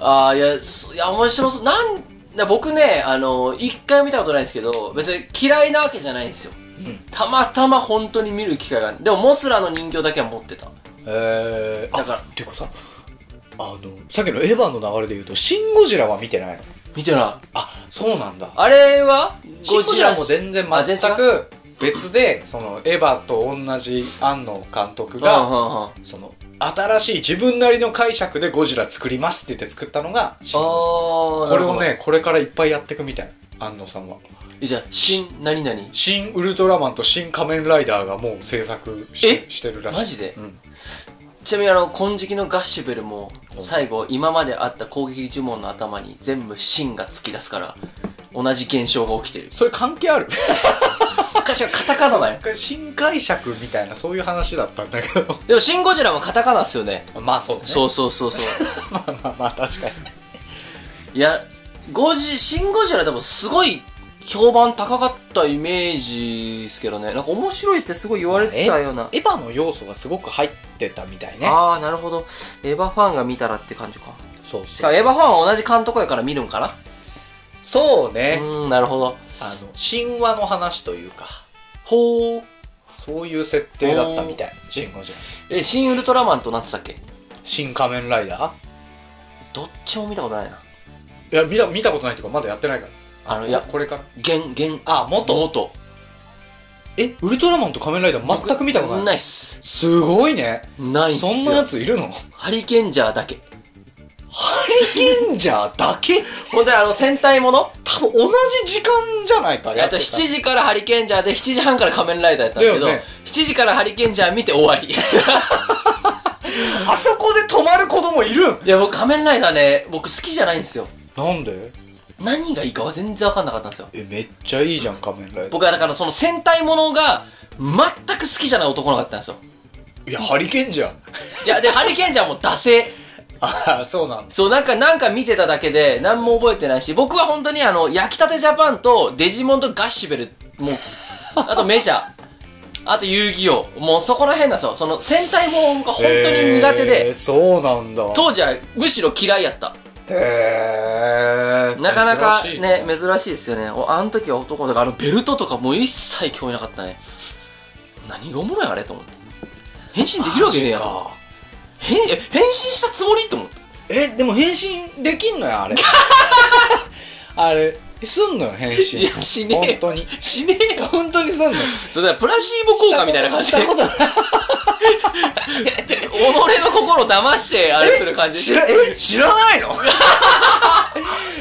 [SPEAKER 2] ああいやそいや面白そうなんいや僕ねあの一回見たことないんですけど別に嫌いなわけじゃないんですよ
[SPEAKER 1] うん
[SPEAKER 2] たまたま本当に見る機会がでもモスラの人形だけは持ってた
[SPEAKER 1] えー、
[SPEAKER 2] だから
[SPEAKER 1] あっていうかさあのさっきのエヴァの流れで言うと「シン・ゴジラ」は見てないの
[SPEAKER 2] 見てない
[SPEAKER 1] あそうなんだ
[SPEAKER 2] あれは
[SPEAKER 1] シン・ゴジラも全然
[SPEAKER 2] あ全
[SPEAKER 1] 全
[SPEAKER 2] 然
[SPEAKER 1] く別でそのエヴァと同じ庵野監督
[SPEAKER 2] うんうん
[SPEAKER 1] が
[SPEAKER 2] うんあ
[SPEAKER 1] その新しい自分なりの解釈でゴジラ作りますって言って作ったのがシンゴジラこ
[SPEAKER 2] ー
[SPEAKER 1] れを
[SPEAKER 2] なる
[SPEAKER 1] ねこれからいっぱいやっていくみたい安野さんは
[SPEAKER 2] ほどえじゃあ新何々
[SPEAKER 1] 新ウルトラマンと新仮面ライダーがもう制作し
[SPEAKER 2] え
[SPEAKER 1] してるらしい
[SPEAKER 2] マジで
[SPEAKER 1] うん
[SPEAKER 2] ちなみにあの金色のガッシュベルも最後今まであった攻撃呪文の頭に全部芯が突き出すから同じ現象が起きてる
[SPEAKER 1] それ関係ある
[SPEAKER 2] 昔はカタカナだよ
[SPEAKER 1] 新解釈みたいなそういう話だったんだけど
[SPEAKER 2] でもシン・ゴジラもカタカナっすよね
[SPEAKER 1] まあそうだね
[SPEAKER 2] そうそうそうそう
[SPEAKER 1] まあまあまあ確かに
[SPEAKER 2] いやゴジシン・ゴジラ多分すごい評判高かったイメージですけどねなんか面白いってすごい言われてたような
[SPEAKER 1] エヴァの要素がすごく入ってたみたいね
[SPEAKER 2] ああなるほどエヴァファンが見たらって感じか
[SPEAKER 1] そう
[SPEAKER 2] しかもエヴァファンは同じ監督やから見るんかな
[SPEAKER 1] そう
[SPEAKER 2] う
[SPEAKER 1] ね、
[SPEAKER 2] ーんなるほど
[SPEAKER 1] あの神話の話というか
[SPEAKER 2] ほう
[SPEAKER 1] そういう設定だったみたいシン・ゴジラ
[SPEAKER 2] え新ウルトラマンとなってたっけ
[SPEAKER 1] 新仮面ライダー
[SPEAKER 2] どっちも見たことないない
[SPEAKER 1] や見た見たことないっていうかまだやってないから
[SPEAKER 2] あのい
[SPEAKER 1] いや
[SPEAKER 2] や
[SPEAKER 1] これから
[SPEAKER 2] 現現
[SPEAKER 1] あ元
[SPEAKER 2] 元
[SPEAKER 1] えウルトラマンと仮面ライダー全く見たことない
[SPEAKER 2] ないっす
[SPEAKER 1] すごいね
[SPEAKER 2] ないっす
[SPEAKER 1] そ
[SPEAKER 2] よ
[SPEAKER 1] んなやついるの
[SPEAKER 2] ハリケンジャーだけ
[SPEAKER 1] ハリケンジャーだけ
[SPEAKER 2] 本当にあの戦隊もの
[SPEAKER 1] 多分同じ時間じゃないか
[SPEAKER 2] あと7時からハリケンジャーで7時半から仮面ライダーやったんだけど
[SPEAKER 1] だよね
[SPEAKER 2] 7時からハリケンジャー見て終わ りい
[SPEAKER 1] あそこで止まる子供いる
[SPEAKER 2] や僕仮面ライダーね僕好きじゃないんですよ
[SPEAKER 1] なんで
[SPEAKER 2] 何がいいかは全然分かんなかったんですよ
[SPEAKER 1] えめっちゃいいじゃん仮面ライダー
[SPEAKER 2] 僕はだからその戦隊ものが全く好きじゃない男の子だったんですよ
[SPEAKER 1] いやハリケンジャー
[SPEAKER 2] いやでハリケンジャーも惰性
[SPEAKER 1] ああそうなんだ
[SPEAKER 2] そう、なんか、なんか見てただけで、何も覚えてないし、僕は本当にあの、焼きたてジャパンと、デジモンとガッシュベル、もう、 あとメジャー、あと遊戯王、もうそこら辺なんですよ。その、戦隊ものが本当に苦手
[SPEAKER 1] へー
[SPEAKER 2] で、
[SPEAKER 1] そうなんだ
[SPEAKER 2] 当時はむしろ嫌いやった。
[SPEAKER 1] へえ
[SPEAKER 2] なかなか
[SPEAKER 1] 珍しい
[SPEAKER 2] ね、珍しいですよね。おあの時は男だから、あのベルトとかもう一切興味なかったね。何がおもろいあれと思って。変身できるわけねえや
[SPEAKER 1] マジ
[SPEAKER 2] と。
[SPEAKER 1] か
[SPEAKER 2] 変、え変身したつもりと思って。
[SPEAKER 1] えでも変身できんのよ あれあれすんのよ変身
[SPEAKER 2] いやしねえ
[SPEAKER 1] 本当に
[SPEAKER 2] しねえよ。
[SPEAKER 1] 本当にすんのよ
[SPEAKER 2] それだからプラシーボ効果みたいな感じで
[SPEAKER 1] し。たことない
[SPEAKER 2] 己の心を騙してあれする感じ
[SPEAKER 1] 知ら え知らない の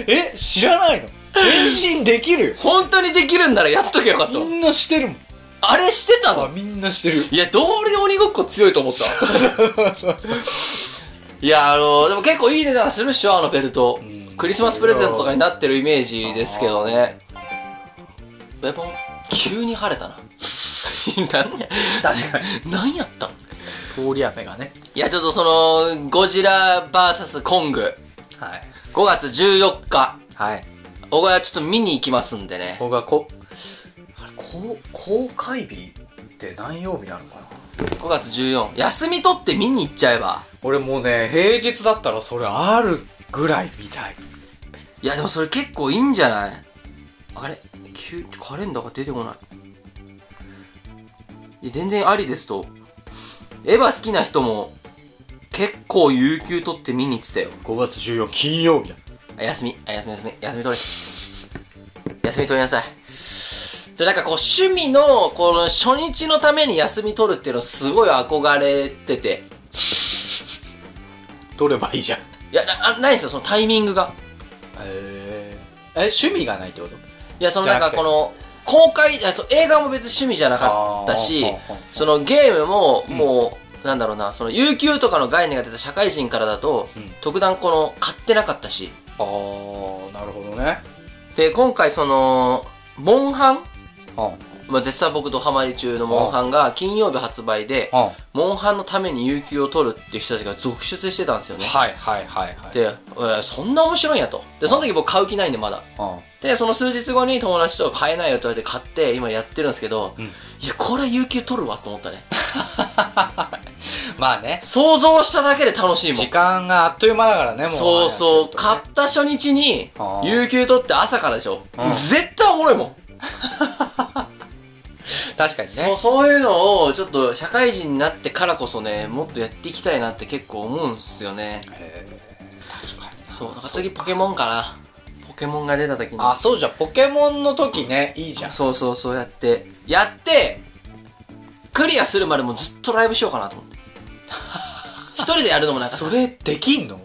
[SPEAKER 1] え知らないの変身できるよ
[SPEAKER 2] 本当にできるんならやっとけよかと
[SPEAKER 1] みんなしてるもん
[SPEAKER 2] あれしてた
[SPEAKER 1] あ
[SPEAKER 2] の
[SPEAKER 1] みんなしてる
[SPEAKER 2] いやどうりで鬼ごっこ強いと思った いやあのでも結構いい値段するっしょあのベルト
[SPEAKER 1] うん
[SPEAKER 2] クリスマスプレゼントとかになってるイメージですけどねやっぱ急に晴れたな なんや、
[SPEAKER 1] 確かに
[SPEAKER 2] なんやったん
[SPEAKER 1] 通り雨がね
[SPEAKER 2] いや、ちょっとその、ゴジラ VS コング、
[SPEAKER 1] はい
[SPEAKER 2] 5月14日、
[SPEAKER 1] はい
[SPEAKER 2] 僕はちょっと見に行きますんでね。
[SPEAKER 1] 僕はこあれこう公開日って何曜日なのかな
[SPEAKER 2] 5月14、休み取って見に行っちゃえば。
[SPEAKER 1] 俺もうね平日だったらそれあるぐらい見たい
[SPEAKER 2] いや、でもそれ結構いいんじゃないあれ急カレンダーが出てこない。いや全然ありですと。エヴァ好きな人も、結構有給取って見に行ってたよ。
[SPEAKER 1] 5月14金曜日だ
[SPEAKER 2] あ休み、あ、休み、休み、休み取れ。休み取りなさい。で、なんかこう、趣味の、この初日のために休み取るっていうのすごい憧れてて。
[SPEAKER 1] 取ればいいじゃん
[SPEAKER 2] いや、なあないんですよ、そのタイミングが。
[SPEAKER 1] えー、え趣味がないってこと
[SPEAKER 2] いや、その
[SPEAKER 1] じゃ
[SPEAKER 2] な
[SPEAKER 1] なんく
[SPEAKER 2] か
[SPEAKER 1] て
[SPEAKER 2] この、公開、あそう映画も別に趣味じゃなかったし
[SPEAKER 1] あーほうほうほう、
[SPEAKER 2] そのゲームも、もう、なんだろうな、その、有給とかの概念が出た社会人からだと、
[SPEAKER 1] うん
[SPEAKER 2] 特段この、買ってなかったし。
[SPEAKER 1] あーなるほどね
[SPEAKER 2] で、今回その、モンハン
[SPEAKER 1] うん
[SPEAKER 2] まあ、絶賛僕ドハマり中のモンハンが金曜日発売で、
[SPEAKER 1] うん
[SPEAKER 2] モンハンのために有給を取るっていう人たちが続出してたんですよね。
[SPEAKER 1] はいはいはいはい
[SPEAKER 2] で、えーそんな面白いんやと。で、その時僕買う気ないんでまだ。
[SPEAKER 1] う
[SPEAKER 2] で、その数日後に友達と買えないよって言われて買って、今やってるんですけど、
[SPEAKER 1] ん、うん、
[SPEAKER 2] いや、これは有給取るわと思ったね。
[SPEAKER 1] まあね
[SPEAKER 2] 想像しただけで楽しいもん
[SPEAKER 1] 時。間があっという間だからねもう
[SPEAKER 2] そうそう、買
[SPEAKER 1] あ
[SPEAKER 2] った初日に
[SPEAKER 1] あ、ー
[SPEAKER 2] 有給取って朝からでしょ。
[SPEAKER 1] うん
[SPEAKER 2] 絶対おもろいもん。
[SPEAKER 1] れだと確かに
[SPEAKER 2] そう
[SPEAKER 1] ね
[SPEAKER 2] そういうのをちょっと社会人になってからこそねもっとやっていきたいなって結構思うんすよね
[SPEAKER 1] へー確かに
[SPEAKER 2] そうなんか次ポケモンかなポケモンが出た時に
[SPEAKER 1] あそうじゃんポケモンの時ねいいじゃん
[SPEAKER 2] そうそうそうやってやってクリアするまでもずっとライブしようかなと思って 一人でやるのもなんか
[SPEAKER 1] それできんの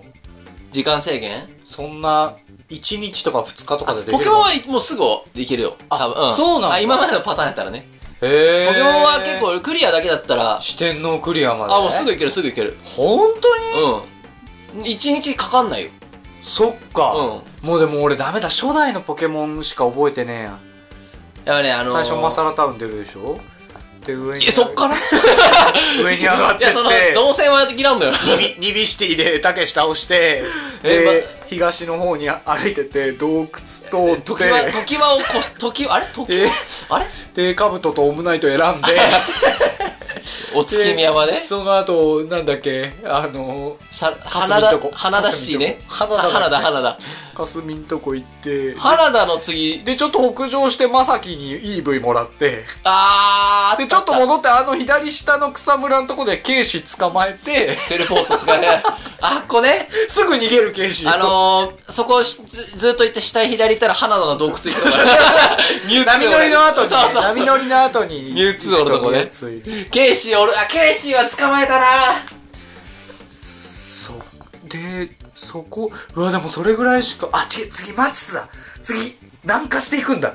[SPEAKER 2] 時間制限
[SPEAKER 1] そんな1日とか2日とかでできる
[SPEAKER 2] ポケモンはもうすぐできるよ多分ん
[SPEAKER 1] そうなんだ
[SPEAKER 2] あ今までのパターンやったらね
[SPEAKER 1] へー
[SPEAKER 2] ポケモンは結構クリアだけだったら
[SPEAKER 1] 四天王クリアまで
[SPEAKER 2] あもうすぐいけるすぐいける
[SPEAKER 1] 本当に
[SPEAKER 2] うん一日かかんないよ
[SPEAKER 1] そっか、
[SPEAKER 2] うん
[SPEAKER 1] もうでも俺ダメだ初代のポケモンしか覚えてねえやん
[SPEAKER 2] やっぱねあのー
[SPEAKER 1] 最初マサラタウン出るでしょで上に
[SPEAKER 2] え、そっからい
[SPEAKER 1] 上に上がってっ
[SPEAKER 2] や、
[SPEAKER 1] て
[SPEAKER 2] その、動線は嫌 なんだよ。
[SPEAKER 1] ニビニビシティでたけし倒して
[SPEAKER 2] え
[SPEAKER 1] で、東の方に歩いてて洞窟通って
[SPEAKER 2] 時は、時はをこ、時は、あれ時は、あれ
[SPEAKER 1] でカブトとオムナイト選んで
[SPEAKER 2] お月見山ね
[SPEAKER 1] で。 その後なんだっけあの
[SPEAKER 2] さ、
[SPEAKER 1] 霞
[SPEAKER 2] 花
[SPEAKER 1] ん
[SPEAKER 2] 田
[SPEAKER 1] とこ、
[SPEAKER 2] 花田市ね。
[SPEAKER 1] 霞んとこ
[SPEAKER 2] 花田、花田。
[SPEAKER 1] かすみんとこ行って
[SPEAKER 2] 花田の次、
[SPEAKER 1] でちょっと北上してまさきに EV もらって
[SPEAKER 2] あー
[SPEAKER 1] でちょっと戻ってあの左下の草むらのとこで警視捕まえて
[SPEAKER 2] テレポート使えない。 あっこね。
[SPEAKER 1] すぐ逃げる警視
[SPEAKER 2] あのー、そこしずずっと行って下へ左行ったら花田の洞窟行 くから。ミュウツー
[SPEAKER 1] 波乗りの後にね
[SPEAKER 2] そうそうそう
[SPEAKER 1] 波乗りの後に
[SPEAKER 2] ミュウツーおるとこね
[SPEAKER 1] ミュウツー
[SPEAKER 2] ケイシーおる、あ、ケイシーは捕まえたな
[SPEAKER 1] そでそこうわでもそれぐらいしかあ違う次マチスだ次南下していくんだ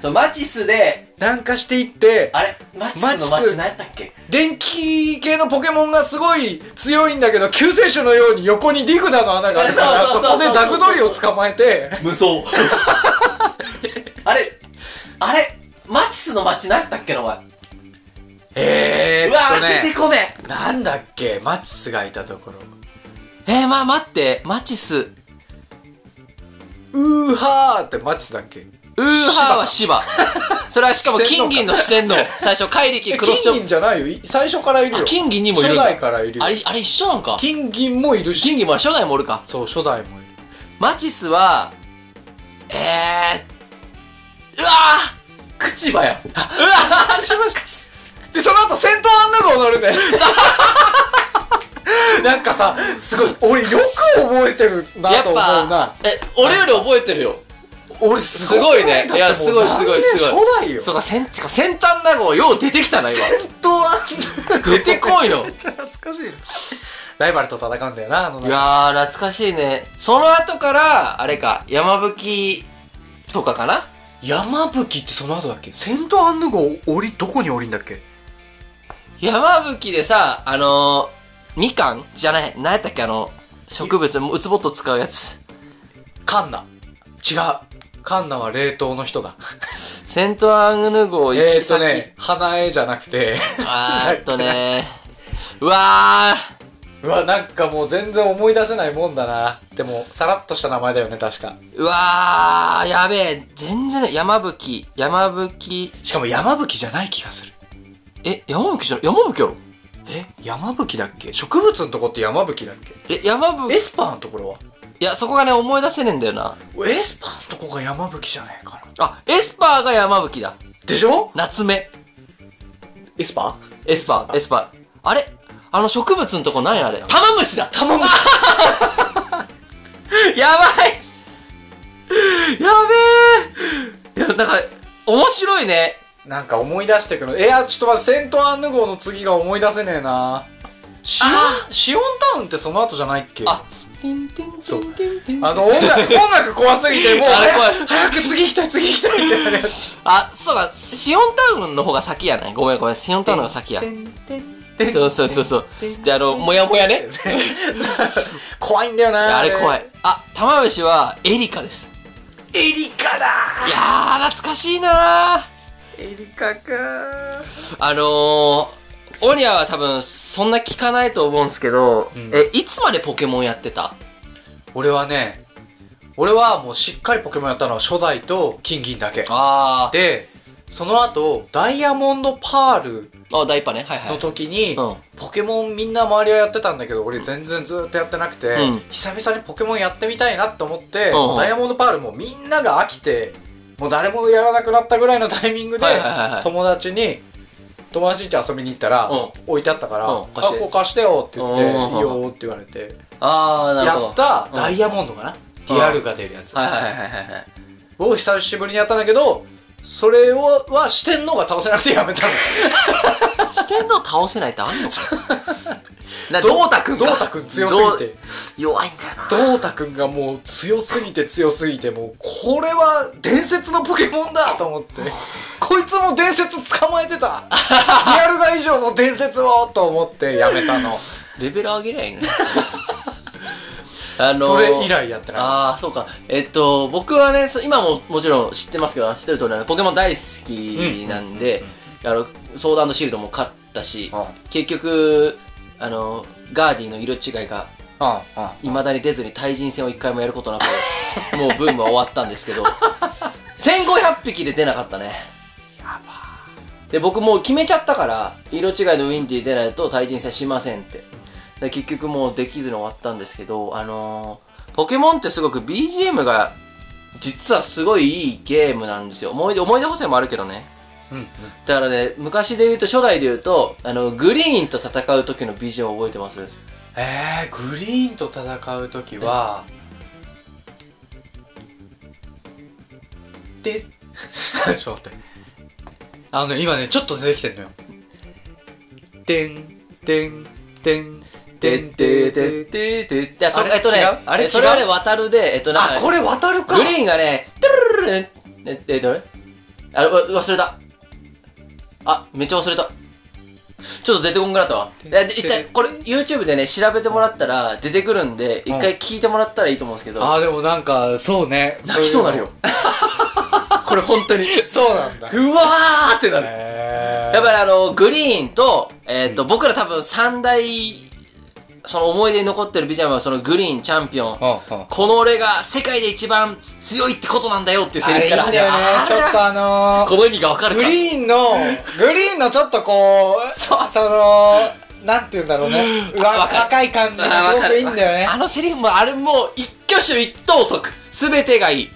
[SPEAKER 2] そう、マチスで、
[SPEAKER 1] 南下していって
[SPEAKER 2] あれマチスの
[SPEAKER 1] マチ
[SPEAKER 2] 町
[SPEAKER 1] ス
[SPEAKER 2] 何やったっけ
[SPEAKER 1] 電気系のポケモンがすごい強いんだけど救世主のように横にディグダの穴があるから
[SPEAKER 2] そ
[SPEAKER 1] そう
[SPEAKER 2] そうそうそ
[SPEAKER 1] こ
[SPEAKER 2] う
[SPEAKER 1] でダグドリを捕まえて
[SPEAKER 2] 無双あれあれマチスの町何やったっけなお前、
[SPEAKER 1] え
[SPEAKER 2] うわー、出てこね
[SPEAKER 1] なんだっけマチスがいたところ
[SPEAKER 2] ええー、まあ待ってマチスウ
[SPEAKER 1] うーはーってマチスだっけ
[SPEAKER 2] ーハーは芝それはしかも金銀の四天王最初怪力クロスチ
[SPEAKER 1] 金
[SPEAKER 2] ョッ
[SPEAKER 1] 銀じゃないよい最初からいる
[SPEAKER 2] プ
[SPEAKER 1] よ
[SPEAKER 2] あ金銀にもいるんだ
[SPEAKER 1] 初代からいるよ
[SPEAKER 2] あれあれ一緒なんか
[SPEAKER 1] 金銀もいるし
[SPEAKER 2] 金銀も初代もおるか
[SPEAKER 1] そう初代もいる
[SPEAKER 2] マチスはえー、うわークチバやうわーしまし
[SPEAKER 1] でその後戦闘アンナ号乗 るねなんかさすごい俺よく覚えてるな
[SPEAKER 2] やっ
[SPEAKER 1] と思うな
[SPEAKER 2] ぱえ俺より覚えてるよ
[SPEAKER 1] 俺す
[SPEAKER 2] すごいね
[SPEAKER 1] だって
[SPEAKER 2] いや
[SPEAKER 1] もう
[SPEAKER 2] すごいすごいすごい
[SPEAKER 1] 何年初代よ
[SPEAKER 2] そうか、先、てか先端名号、よう出てき たな、今。
[SPEAKER 1] 戦闘アンナ号
[SPEAKER 2] 出てこいよ
[SPEAKER 1] めっちゃ懐かしいライバルと戦うんだよなあの
[SPEAKER 2] いやー、懐かしいね。その後から、あれか、山吹とかかな
[SPEAKER 1] 山吹ってその後だっけ戦闘アンヌ号降りどこに降りんだっけ
[SPEAKER 2] 山吹でさ、あのー、みかんじゃない、何やったっけ、あの、植物、ウツボット使うやつ。
[SPEAKER 1] カンナ違うカンナは冷凍の人だ
[SPEAKER 2] せセントアンヌ号行
[SPEAKER 1] え
[SPEAKER 2] き
[SPEAKER 1] ーっと
[SPEAKER 2] 先。
[SPEAKER 1] ね、花絵じゃなくて、
[SPEAKER 2] あーっと ね。うわ
[SPEAKER 1] うわ、なんかもう全然思い出せないもんだな。でも、さらっとした名前だよね、確か。
[SPEAKER 2] ー。うわー。やべえ。全然ね、山吹。山吹。
[SPEAKER 1] しかも山吹じゃない気がする。
[SPEAKER 2] え、山吹じゃない山吹やろ
[SPEAKER 1] え山吹だっけ植物のとこって山吹だっけ
[SPEAKER 2] え、山吹。
[SPEAKER 1] エスパーのところはい
[SPEAKER 2] や、そこがね、思い出せねえんだよな。
[SPEAKER 1] エスパーのとこが山吹じゃねえかな。
[SPEAKER 2] あ、エスパーが山吹だ。
[SPEAKER 1] でしょ
[SPEAKER 2] 夏目。
[SPEAKER 1] エスパー
[SPEAKER 2] エスパー、エスパー。あれあの植物のとこ何あれ玉虫だ
[SPEAKER 1] 玉虫
[SPEAKER 2] やばいやべえいや、なんか、面白いね。
[SPEAKER 1] なんか思い出してくる。いや、ちょっと待って、セントアンヌ号の次が思い出せねえな。シオ
[SPEAKER 2] あ
[SPEAKER 1] ン、シオンタウンってその後じゃないっけ
[SPEAKER 2] あ、
[SPEAKER 1] そう
[SPEAKER 2] あ
[SPEAKER 1] あの、
[SPEAKER 2] の、
[SPEAKER 1] 音楽、音楽怖すぎて、もう、
[SPEAKER 2] あれ怖い
[SPEAKER 1] 早く早く次行きたい、次行きたいってなるやつ。
[SPEAKER 2] あ、そうか、シオンタウンの方が先やね。ごめんごめん、シオンタウンの方が先や。そうそうそうそう。で、あの、もやもやね。
[SPEAKER 1] 怖いんだよな
[SPEAKER 2] あれ怖い。あ、玉虫はエリカです。
[SPEAKER 1] エリカだ
[SPEAKER 2] いやー、懐かしいなー。
[SPEAKER 1] エリカかー
[SPEAKER 2] あのー、オニアは多分そんな聞かないと思うんですけど、
[SPEAKER 1] うん
[SPEAKER 2] え、いつまでポケモンやってた
[SPEAKER 1] 俺はね、俺はもうしっかりポケモンやったのは初代と金銀だけ。
[SPEAKER 2] あ
[SPEAKER 1] で、その後、ダイヤモンドパール
[SPEAKER 2] あ、ダイパね。はいは
[SPEAKER 1] の
[SPEAKER 2] い。
[SPEAKER 1] 時に、
[SPEAKER 2] うん
[SPEAKER 1] ポケモンみんな周りはやってたんだけど俺全然ずーっとやってなくて、
[SPEAKER 2] うん
[SPEAKER 1] 久々にポケモンやってみたいなって思って、
[SPEAKER 2] うんうん
[SPEAKER 1] ダイヤモンドパールもみんなが飽きてもう誰もやらなくなったぐらいのタイミングで、
[SPEAKER 2] はいはいはいはい
[SPEAKER 1] 友達に友達ん家遊びに行ったら、
[SPEAKER 2] うん
[SPEAKER 1] 置いてあったから「
[SPEAKER 2] うん
[SPEAKER 1] あ
[SPEAKER 2] 貸して
[SPEAKER 1] こう貸してよ」って言って「
[SPEAKER 2] う
[SPEAKER 1] い
[SPEAKER 2] んうんうん
[SPEAKER 1] いよ」って言われて
[SPEAKER 2] ああ、なる
[SPEAKER 1] や
[SPEAKER 2] ほど。
[SPEAKER 1] った
[SPEAKER 2] うん
[SPEAKER 1] ダイヤモンドかな、リアルが出るやつ、
[SPEAKER 2] はいはいはいはいはい。
[SPEAKER 1] を久しぶりにやったんだけどそれをは四天王が倒せなくてやめたの
[SPEAKER 2] 四天王倒せないってあんのかな どうたくんか
[SPEAKER 1] どうたくん強すぎて
[SPEAKER 2] どう弱いんだよな。
[SPEAKER 1] どうたくんがもう強すぎて強すぎてもうこれは伝説のポケモンだと思って こいつも伝説捕まえて たリアルガ以上の伝説をと思ってやめたの
[SPEAKER 2] レベル上げりゃいいのに あのー、
[SPEAKER 1] それ以来やってな
[SPEAKER 2] ああ、そうか。えっと、僕はね、そ今ももちろん知ってますけど、知ってる通りあの、ポケモン大好きなんで、あの、ソードアンドシールドも買ったし、
[SPEAKER 1] うん
[SPEAKER 2] 結局、あの、ガーディの色違いが、
[SPEAKER 1] い
[SPEAKER 2] 未だに出ずに対人戦を一回もやることなく、もうブームは終わったんですけど、1500匹で出なかったね。で、僕もう決めちゃったから、色違いのウィンディー出ないと対人戦しませんって。で、結局もうできずに終わったんですけど、あのーポケモンってすごく BGM が、実はすごいいいゲームなんですよ。思い出、思い出補正もあるけどね。
[SPEAKER 1] うんうん
[SPEAKER 2] だからね、昔で言うと、初代で言うと、あの、グリーンと戦う時の BGM 覚えてます
[SPEAKER 1] えー、グリーンと戦う時はでちょっと待ってあのね今ねちょっと出てきてんのよてんてんてんて
[SPEAKER 2] て
[SPEAKER 1] ん
[SPEAKER 2] て
[SPEAKER 1] て
[SPEAKER 2] てて
[SPEAKER 1] て
[SPEAKER 2] てててあ、そ
[SPEAKER 1] あれ
[SPEAKER 2] えっとね
[SPEAKER 1] 違う、あれ
[SPEAKER 2] えそれはね、
[SPEAKER 1] 違う
[SPEAKER 2] 渡るで、えっと、なんか
[SPEAKER 1] あ、これ渡るか
[SPEAKER 2] グリーンがね、トゥルルルルンえ、え、どれあれ、わ忘れた。あ、めっちゃ忘れた。ちょっと出てこんくなったわ。えで一回、これ、YouTube でね、調べてもらったら出てくるんで、
[SPEAKER 1] うん
[SPEAKER 2] 一回聞いてもらったらいいと思うんですけど、
[SPEAKER 1] あ、でもなんか、そうね。
[SPEAKER 2] 泣きそうなるよ。これ本当に。
[SPEAKER 1] そうなんだ。
[SPEAKER 2] うわーってなる。
[SPEAKER 1] へ
[SPEAKER 2] やっぱりあの、グリーンと、えっ、と、僕ら多分三大、その思い出に残ってるビジュアムはそのグリーンチャンピオン。
[SPEAKER 1] うんうん
[SPEAKER 2] この俺が世界で一番強いってことなんだよっていうセ
[SPEAKER 1] あ
[SPEAKER 2] リ
[SPEAKER 1] れい
[SPEAKER 2] フ
[SPEAKER 1] いん
[SPEAKER 2] から
[SPEAKER 1] だよね
[SPEAKER 2] あ。
[SPEAKER 1] ちょっとあの
[SPEAKER 2] この意味がわか
[SPEAKER 1] ー、
[SPEAKER 2] る
[SPEAKER 1] グ
[SPEAKER 2] か
[SPEAKER 1] リーンの、グリーンのちょっとこう、その、なんて言うんだろうね。うわ
[SPEAKER 2] わかる
[SPEAKER 1] 若い感じ
[SPEAKER 2] あ
[SPEAKER 1] が
[SPEAKER 2] ー
[SPEAKER 1] す
[SPEAKER 2] わ
[SPEAKER 1] ご
[SPEAKER 2] か
[SPEAKER 1] く
[SPEAKER 2] る
[SPEAKER 1] いいんだよね
[SPEAKER 2] あ。のセリフもあれもう一挙手一投足全てがいい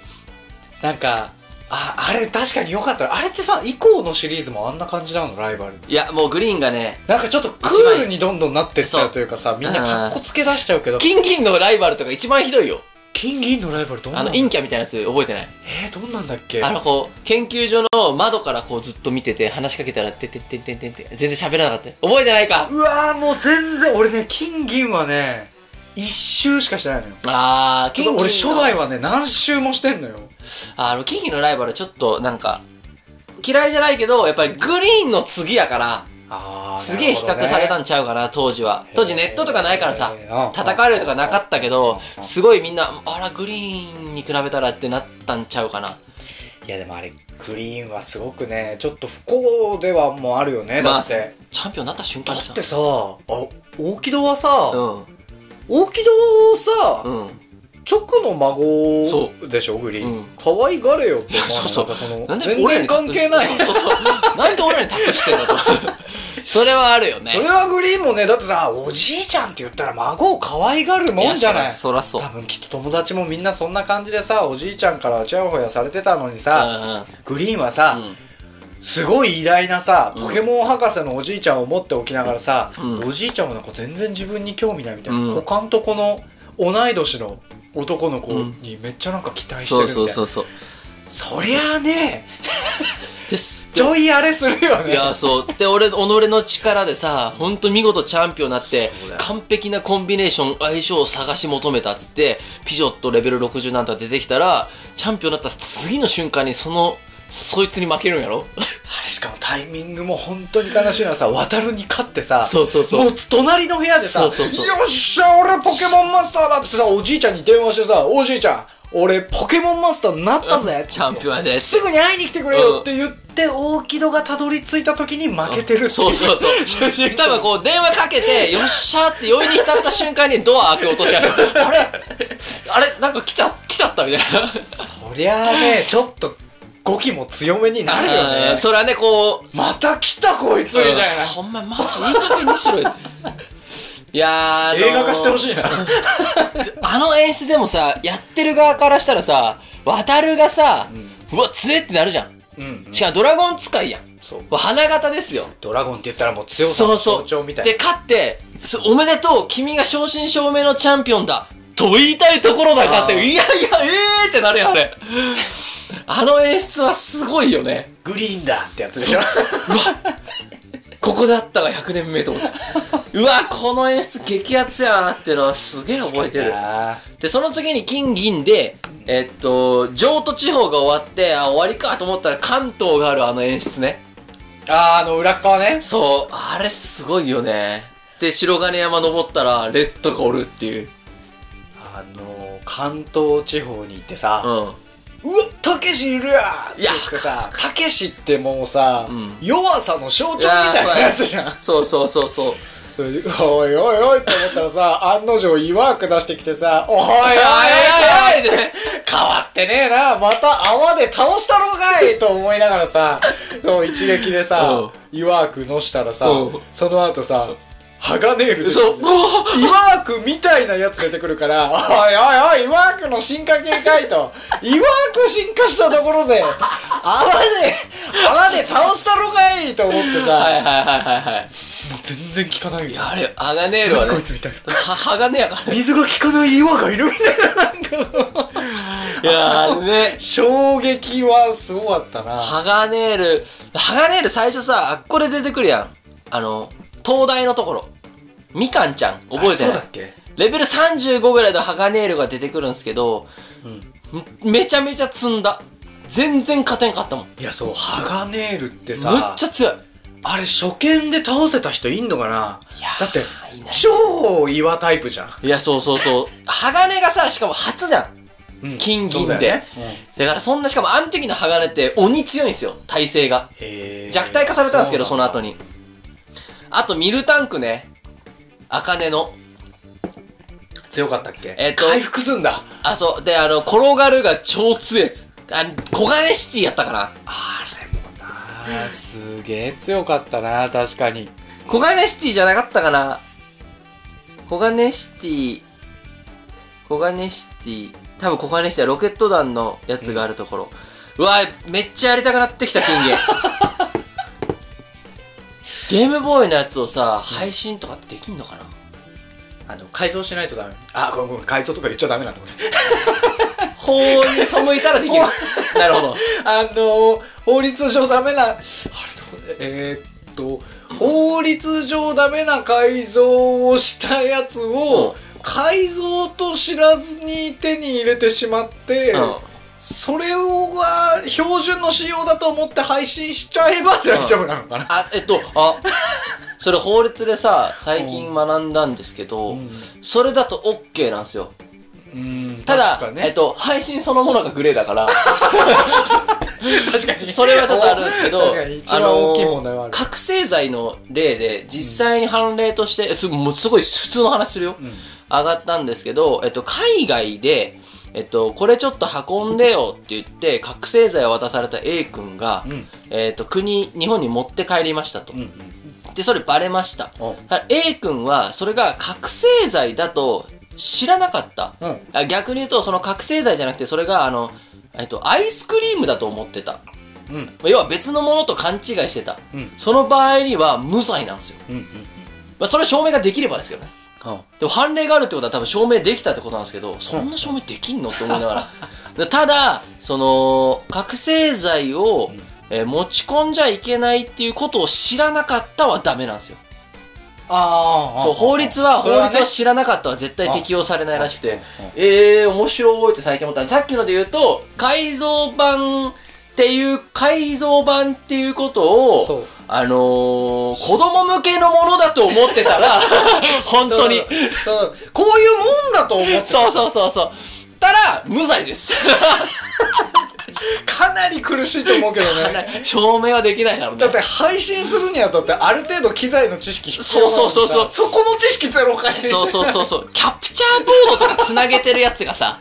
[SPEAKER 1] なんか、あ、あれ確かに良かった。あれってさ、以降のシリーズもあんな感じなの、ライバル。
[SPEAKER 2] いやもうグリーンがね
[SPEAKER 1] なんかちょっとクールにどんどんなってっちゃうというかさ、みんなかっこつけ出しちゃうけど、
[SPEAKER 2] 金銀のライバルとか一番ひどいよ
[SPEAKER 1] 金銀のライバルどん
[SPEAKER 2] あ
[SPEAKER 1] なん
[SPEAKER 2] の陰キャみたいなやつ覚えてない
[SPEAKER 1] えー、どんなんだっけ
[SPEAKER 2] あのこう研究所の窓からこうずっと見てて話しかけたらてってってってってって全然喋らなかったよ覚えてないか
[SPEAKER 1] うわーもう全然俺ね金銀はね一周しかしてないのよ
[SPEAKER 2] あー、金銀の
[SPEAKER 1] 俺初代はね何周もしてんのよ
[SPEAKER 2] あの、金銀のライバルちょっとなんか、嫌いじゃないけど、やっぱりグリーンの次やから、
[SPEAKER 1] あ
[SPEAKER 2] すげえ比較されたんちゃうかな、当時は。当時ネットとかないからさ、叩かれるとかなかったけど、すごいみんな、あら、グリーンに比べたらってなったんちゃうかな。
[SPEAKER 1] いやでもあれクリーンはすごくねちょっと不幸ではもうあるよねだって、
[SPEAKER 2] チャンピオンになった瞬間
[SPEAKER 1] だ
[SPEAKER 2] さ
[SPEAKER 1] ってさあ大木戸はさ、
[SPEAKER 2] う
[SPEAKER 1] 大木戸をさ、
[SPEAKER 2] んうん
[SPEAKER 1] 直の孫
[SPEAKER 2] そ
[SPEAKER 1] でしょグリーン、
[SPEAKER 2] うん
[SPEAKER 1] 可愛がれよって
[SPEAKER 2] いや そうそう
[SPEAKER 1] なんかその
[SPEAKER 2] なんで
[SPEAKER 1] 全
[SPEAKER 2] 俺ら
[SPEAKER 1] 然
[SPEAKER 2] に託
[SPEAKER 1] 関係ない
[SPEAKER 2] そうそうそうなんで俺らに託してん だとそれはあるよね
[SPEAKER 1] それはグリーンもねだってさおじいちゃんって言ったら孫を可愛がるもんじゃない
[SPEAKER 2] やそらそら
[SPEAKER 1] 多
[SPEAKER 2] そう
[SPEAKER 1] 分きっと友達もみんなそんな感じでさおじいちゃんからちやほやされてたのにさ、グリーンはさ、
[SPEAKER 2] うんうん
[SPEAKER 1] すごい偉大なさ
[SPEAKER 2] うん
[SPEAKER 1] ポケモン博士のおじいちゃんを持っておきながらさ、
[SPEAKER 2] うん
[SPEAKER 1] おじいちゃんもなんか全然自分に興味ないみたいな、
[SPEAKER 2] うん
[SPEAKER 1] 他のとこの同い年の男の子にめっちゃなんか期待して
[SPEAKER 2] そ
[SPEAKER 1] る
[SPEAKER 2] う
[SPEAKER 1] みたいな、
[SPEAKER 2] そうそうそ
[SPEAKER 1] そ
[SPEAKER 2] う
[SPEAKER 1] りゃあね
[SPEAKER 2] です
[SPEAKER 1] ちょいあれするよ
[SPEAKER 2] い
[SPEAKER 1] ね
[SPEAKER 2] やそうで俺己の力でさ本当見事チャンピオンになって
[SPEAKER 1] そうだよ
[SPEAKER 2] 完璧なコンビネーション相性を探し求めたっつってピジョットレベル60なんとか出てきたらチャンピオンになった次の瞬間にそのそいつに負けるんやろ
[SPEAKER 1] あれしかもタイミングも本当に悲しいのはさ渡るに勝ってさ
[SPEAKER 2] そうそうそう
[SPEAKER 1] もう隣の部屋でさ
[SPEAKER 2] そうそうそう
[SPEAKER 1] よっしゃ俺ポケモンマスターだ」ってさおじいちゃんに電話してさ「おじいちゃん俺ポケモンマスターになったぜ」
[SPEAKER 2] チャンピオンやで
[SPEAKER 1] ぐに会いに来てくれよって言って、大木戸がたどり着いた時に負けてるってい
[SPEAKER 2] そうそうそう 多分こう電話かけてよっしゃーって酔いに浸った瞬間にドア開く音であれあれなんか来ちゃ来ちゃったみたいな
[SPEAKER 1] そりゃあ ね、ちょっと語気も強めになるよ
[SPEAKER 2] う
[SPEAKER 1] ね
[SPEAKER 2] ん。それはねこう
[SPEAKER 1] また来たこいつみたい
[SPEAKER 2] うん
[SPEAKER 1] な。
[SPEAKER 2] ほんま、マジいい加減にしろよ。 いやー、あのー
[SPEAKER 1] 映画化してほしいな。
[SPEAKER 2] あの演出でもさ、やってる側からしたらさ、渡るがさ、うわ、強えってなるじゃん。
[SPEAKER 1] うん。
[SPEAKER 2] 違う、ドラゴン使いやん。
[SPEAKER 1] そう。
[SPEAKER 2] 花形ですよ。
[SPEAKER 1] ドラゴンって言ったらもう強さ
[SPEAKER 2] そ
[SPEAKER 1] の
[SPEAKER 2] う
[SPEAKER 1] 象
[SPEAKER 2] そう。
[SPEAKER 1] 徴みたいな。
[SPEAKER 2] で、勝って、そおめでとう、君が正真正銘のチャンピオンだ。と言いたいところだかって、
[SPEAKER 1] あ
[SPEAKER 2] い
[SPEAKER 1] ー
[SPEAKER 2] やいや、ええーってなるやん、あれ。 あの演出はすごいよね。
[SPEAKER 1] グリーンだってやつでしょ。
[SPEAKER 2] ここだったが100年目と思った。 うわ、この演出激アツやなってのはすげえ覚えてる。で、その次に金銀で、えっと、上都地方が終わって、あ、終わりかと思ったら関東があるあの演出ね。
[SPEAKER 1] あー、あの、裏っ側ね。
[SPEAKER 2] そう、あれすごいよね。で、白金山登ったら、レッドがおるっていう。
[SPEAKER 1] あの、関東地方に行って
[SPEAKER 2] う
[SPEAKER 1] さ、
[SPEAKER 2] ん。
[SPEAKER 1] うわ、たけしいるやーって言ってさ、たけしってもうさ
[SPEAKER 2] うん、
[SPEAKER 1] 弱さの象徴みたいなやつじゃん。
[SPEAKER 2] そうそうそうそう。
[SPEAKER 1] おいおいおいって思ったらさ、案の定イワーク出してきてさ、おいおいおいおい
[SPEAKER 2] いね。
[SPEAKER 1] 変わってねえな、また泡で倒したろかいと思いながらさ、そう一撃でさ、イワークのしたらさ
[SPEAKER 2] うん、
[SPEAKER 1] その後さ、ハガネールで
[SPEAKER 2] そう、うわ
[SPEAKER 1] イワークみたいなやつ出てくるから、 おいおいおい、イワークの進化系かいと。イワーク進化したところで、泡で、泡で倒したろかいと思ってさ、
[SPEAKER 2] はいはいはいはいはい。
[SPEAKER 1] もう全然効かない
[SPEAKER 2] い
[SPEAKER 1] よ。
[SPEAKER 2] や、あれ、ハガネールはね
[SPEAKER 1] こい、つみたいな。
[SPEAKER 2] は、ハガネやからね。
[SPEAKER 1] 水が効かない岩がいるみたいな、なんか その、
[SPEAKER 2] いやーね。
[SPEAKER 1] 衝撃はすごかったな。
[SPEAKER 2] ハガネール、ハガネール最初さ、あっこれ出てくるやん。あの、東大のところ。みかんちゃん、覚えて
[SPEAKER 1] そう
[SPEAKER 2] な
[SPEAKER 1] だ
[SPEAKER 2] い
[SPEAKER 1] っけ
[SPEAKER 2] レベル35ぐらいのハガネールが出てくるんですけど、めめちゃめちゃ積んだ。全然勝てんかったもん。む
[SPEAKER 1] いや、そう、ハガネールってさ、
[SPEAKER 2] っちゃ強い。
[SPEAKER 1] あれ初見で倒せた人いんのかない
[SPEAKER 2] やー
[SPEAKER 1] だって
[SPEAKER 2] いない、
[SPEAKER 1] 超岩タイプじゃん。
[SPEAKER 2] いや、そうそうそう。鋼がさ、しかも初じゃん。
[SPEAKER 1] うん
[SPEAKER 2] 金銀で
[SPEAKER 1] そうだよね
[SPEAKER 2] だからそんな、しかもあの時の鋼って鬼強いんですよ、体勢が。
[SPEAKER 1] へー
[SPEAKER 2] 弱体化されたんですけど、その後
[SPEAKER 1] に。
[SPEAKER 2] に。あと、ミルタンクね。茜の。
[SPEAKER 1] 強かったっけ
[SPEAKER 2] えっと
[SPEAKER 1] 回復すんだ。
[SPEAKER 2] あ、そう。で、あの、転がるが超強いやつ。あの、小金シティやったかな。
[SPEAKER 1] あれもなすげえ強かったな確かに。
[SPEAKER 2] 小金シティじゃなかったかな。小金シティ、小金シティ、多分小金シティはロケット弾のやつがあるところ。うわめっちゃやりたくなってきた、金 ゲゲームボーイのやつをさ、配信とかってできんのかな
[SPEAKER 1] あの、改造しないとダメ。あ、ごめんごめん、改造とか言っちゃダメなんだ、これ。
[SPEAKER 2] 法に背いたらできる。なるほど。
[SPEAKER 1] あのー、法律上ダメな、あれどうえーっと、法律上ダメな改造をしたやつを、改造と知らずに手に入れてしまって、
[SPEAKER 2] うん
[SPEAKER 1] それをが標準の仕様だと思って配信しちゃえば大丈夫なのかな、
[SPEAKER 2] あ、えっと、あ、それ法律でさ、最近学んだんですけど、
[SPEAKER 1] ん
[SPEAKER 2] それだと OK なんですよ。
[SPEAKER 1] うん、
[SPEAKER 2] ただ、
[SPEAKER 1] 確か
[SPEAKER 2] えっと、配信そのものがグレーだから、
[SPEAKER 1] 確 かに
[SPEAKER 2] それはちょっとあるんですけど、
[SPEAKER 1] 確かに一番大きい問題はあ
[SPEAKER 2] あ
[SPEAKER 1] る
[SPEAKER 2] の覚醒剤の例で、実際に判例として、すもうすごい普通の話するよ、
[SPEAKER 1] ん
[SPEAKER 2] 上がったんですけど、えっと、海外で、えっと、これちょっと運んでよって言って、覚醒剤を渡された A 君が、
[SPEAKER 1] うん
[SPEAKER 2] えっと、国、日本に持って帰りましたと。
[SPEAKER 1] うん
[SPEAKER 2] で、それバレました。
[SPEAKER 1] お
[SPEAKER 2] だから A 君は、それが覚醒剤だと知らなかった。
[SPEAKER 1] うん
[SPEAKER 2] あ逆に言うと、その覚醒剤じゃなくて、それが、あの、えっと、アイスクリームだと思ってた。
[SPEAKER 1] うんうん
[SPEAKER 2] 要は別のものと勘違いしてた。
[SPEAKER 1] うん
[SPEAKER 2] その場合には無罪なんですよ。
[SPEAKER 1] うんうん
[SPEAKER 2] まあ、それは証明ができればですけどね。でも判例があるってことは多分証明できたってことなんですけど、そんな証明できんのって思いな がら。でただ、その、覚醒剤を、えー持ち込んじゃいけないっていうことを知らなかったはダメなんですよ。
[SPEAKER 1] ああ
[SPEAKER 2] そう、法律は、法律を知らなかったは絶対適用されないらしくて、ええー、面白いって最近思った。さっきので言うと、改造版っていう、改造版っていうこと
[SPEAKER 1] そう
[SPEAKER 2] を、あのー、子供向けのものだと思ってた ら、本当に。
[SPEAKER 1] そうこういうもんだと思って
[SPEAKER 2] そうそうそうそう。たら、無罪です。
[SPEAKER 1] かなり苦しいと思うけどね
[SPEAKER 2] 証明はできないだろう
[SPEAKER 1] だ
[SPEAKER 2] ね
[SPEAKER 1] っ。て配信するにあたってある程度機材の知識必要なのにさ
[SPEAKER 2] そうそうそう
[SPEAKER 1] そこの知識ゼロかい
[SPEAKER 2] そうそうそうそう。キャプチャーボードとか繋げてるやつがさ、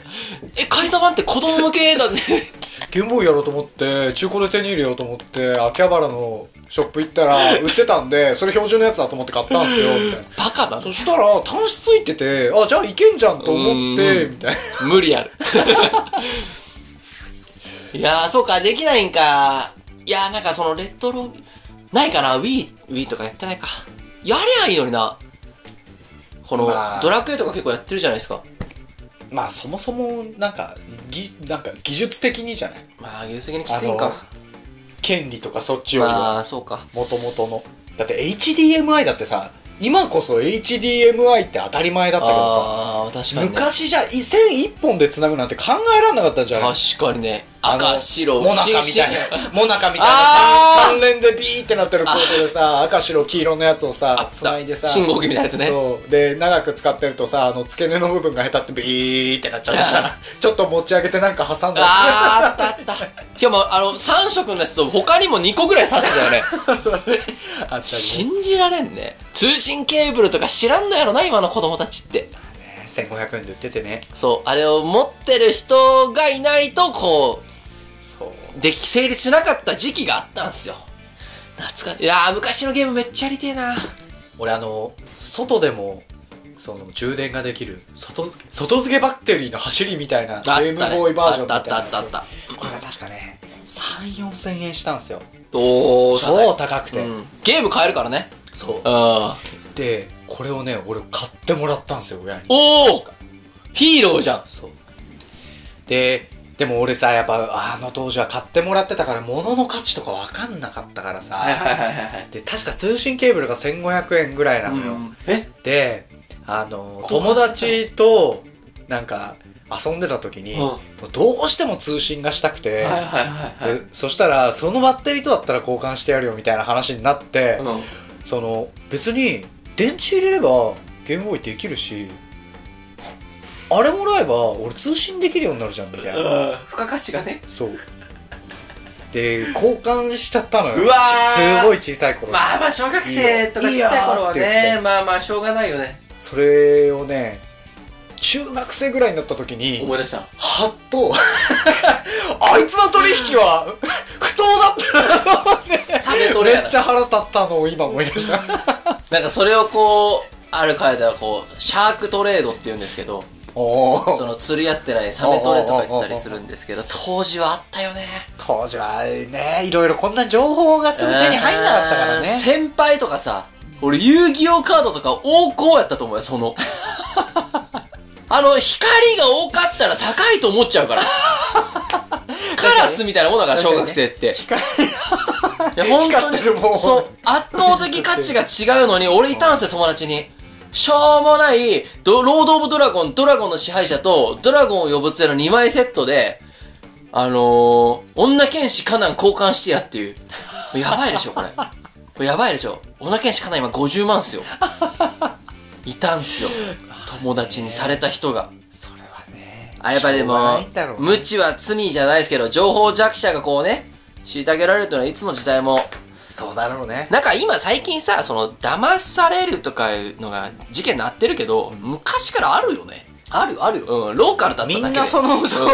[SPEAKER 2] え、改造版って子供向けだね。
[SPEAKER 1] ゲームボーイやろうと思って、中古で手に入れようと思って、秋葉原のショップ行ったら、売ってたんで、それ標準のやつだと思って買ったんすよ、みたいな。
[SPEAKER 2] バカだな
[SPEAKER 1] そしたら、端子ついてて、あ、じゃあいけんじゃんと思って、
[SPEAKER 2] う
[SPEAKER 1] みたいな。
[SPEAKER 2] 無理ある。いやー、そうか、できないんか。いやー、なんかそのレトロ、ないかな ?Wii、Wii とかやってないか。やりゃいいのにな。この、
[SPEAKER 1] まあ
[SPEAKER 2] ドラクエとか結構やってるじゃないですか。
[SPEAKER 1] まあ、そもそも、なんか、ぎ、なんか技術的にじゃない
[SPEAKER 2] まあ、技術的にきついん
[SPEAKER 1] あの
[SPEAKER 2] か。
[SPEAKER 1] 権利とかそっちよりは、
[SPEAKER 2] まあ、そうか。
[SPEAKER 1] もともとの。だって HDMI だってさ、今こそ HDMI って当たり前だったけどさ、
[SPEAKER 2] ああ、確かに、ね。
[SPEAKER 1] 昔じゃい線一本で繋ぐなんて考えられなかったんじゃない
[SPEAKER 2] 確かにね。
[SPEAKER 1] あの
[SPEAKER 2] 赤、白、
[SPEAKER 1] モナカみたい
[SPEAKER 2] 新
[SPEAKER 1] な、モナカみたい
[SPEAKER 2] あ
[SPEAKER 1] な
[SPEAKER 2] ー
[SPEAKER 1] 三三連でビーってなってるコードでさ、赤白黄色のやつを
[SPEAKER 2] あ
[SPEAKER 1] さ
[SPEAKER 2] っ、た
[SPEAKER 1] 繋いでさ、
[SPEAKER 2] 信号機みたいなやつね
[SPEAKER 1] そう。で、長く使ってるとさ、あの、付け根の部分が下手ってビーってなっちゃってさ、 ちょっと持ち上げてなんか挟んだ
[SPEAKER 2] あー、あったあった。しかも、あの、3色のやつと他にも2個ぐらい刺してたよね。
[SPEAKER 1] り。 そうあったりね。
[SPEAKER 2] 信じられんね通信ケーブルとか知らんのやろな今の子供たちって
[SPEAKER 1] 1500円で売っててね。
[SPEAKER 2] そうあれを持ってる人がいないとこ
[SPEAKER 1] そう。
[SPEAKER 2] うでき成立しなかった時期があったんすよ懐かいやー昔のゲームめっちゃやりてえな
[SPEAKER 1] 俺あの、外でも、その充電ができる外付け外付けバッテリーの走りみたいなゲ
[SPEAKER 2] あったね
[SPEAKER 1] ームボーイバージョンみた
[SPEAKER 2] あ
[SPEAKER 1] いな
[SPEAKER 2] ったあ
[SPEAKER 1] やつ
[SPEAKER 2] ったあったあっ
[SPEAKER 1] これが確かね34000円したんですよ
[SPEAKER 2] たおー
[SPEAKER 1] 超高くて、
[SPEAKER 2] うん、ゲーム買えるからね
[SPEAKER 1] そう
[SPEAKER 2] うんお
[SPEAKER 1] でこれをね俺買ってもらったんですよ親に
[SPEAKER 2] おヒーローじゃん
[SPEAKER 1] そうででも俺さやっぱあの当時は買ってもらってたから物の価値とか分かんなかったからさ
[SPEAKER 2] はいはいはい
[SPEAKER 1] で確か通信ケーブルが1500円ぐらいなのよ、
[SPEAKER 2] え
[SPEAKER 1] であの
[SPEAKER 2] ご飯
[SPEAKER 1] 友達となんか遊んでた時に、
[SPEAKER 2] うん
[SPEAKER 1] もうどうしても通信がしたくて、
[SPEAKER 2] はいはいはいはい
[SPEAKER 1] でそしたらそのバッテリーとだったら交換してやるよみたいな話になって、
[SPEAKER 2] うん
[SPEAKER 1] その別に電池入れればゲームボーイできるしあれもらえば俺通信できるようになるじゃんみたいな
[SPEAKER 2] 付加価値がね
[SPEAKER 1] そうで交換しちゃったのよ
[SPEAKER 2] うわー
[SPEAKER 1] すごい小さい頃、
[SPEAKER 2] まあまあ小学生とかちっちゃい頃はい
[SPEAKER 1] いよいいよって言っ
[SPEAKER 2] ね
[SPEAKER 1] て
[SPEAKER 2] まあまあしょうがないよね
[SPEAKER 1] それをね中学生ぐらいになった時に
[SPEAKER 2] 思い出した
[SPEAKER 1] はっとあいつの取引 は不当だったな
[SPEAKER 2] サメト
[SPEAKER 1] め
[SPEAKER 2] レやな
[SPEAKER 1] っちゃ腹立ったのを今思い出した
[SPEAKER 2] なんかそれをこうある回ではこうシャークトレードって言うんですけど
[SPEAKER 1] おー
[SPEAKER 2] その釣り合ってないサメトレとか言ったりするんですけど当時はあったよね
[SPEAKER 1] 当時はねいろいろこんな情報がすぐ手に入んなかったから
[SPEAKER 2] うん
[SPEAKER 1] ね
[SPEAKER 2] 先輩とかさ俺遊戯王カードとか王光やったと思うよ そのあの光が多かったら高いと思っちゃうからカラスみたいなもんだから小学生って
[SPEAKER 1] 光
[SPEAKER 2] いや、本当
[SPEAKER 1] 光
[SPEAKER 2] に
[SPEAKER 1] ってるもん
[SPEAKER 2] そう、圧倒的価値が違うのに、俺いたんすよ、友達に。しょうもない、ドロード・オブ・ドラゴン、ドラゴンの支配者と、ドラゴンを呼ぶ杖の2枚セットで、あのー、女剣士カナン交換してやっていう。やばいでしょ、これ。これやばいでしょ。女剣士カナン今50万っすよ。いたんすよ。友達にされた人が。
[SPEAKER 1] それはね
[SPEAKER 2] あ、やっぱで
[SPEAKER 1] しょうが
[SPEAKER 2] も
[SPEAKER 1] ないんだろ、うね
[SPEAKER 2] 無知は罪じゃないですけど、情報弱者がこうね、虐げられるというのはいつの時代も
[SPEAKER 1] そうだろうね
[SPEAKER 2] なんか今最近さその騙されるとかいうのが事件になってるけど、昔からあるよね
[SPEAKER 1] あるあるよ
[SPEAKER 2] うんローカルだっただけ
[SPEAKER 1] み
[SPEAKER 2] で
[SPEAKER 1] んなそのそう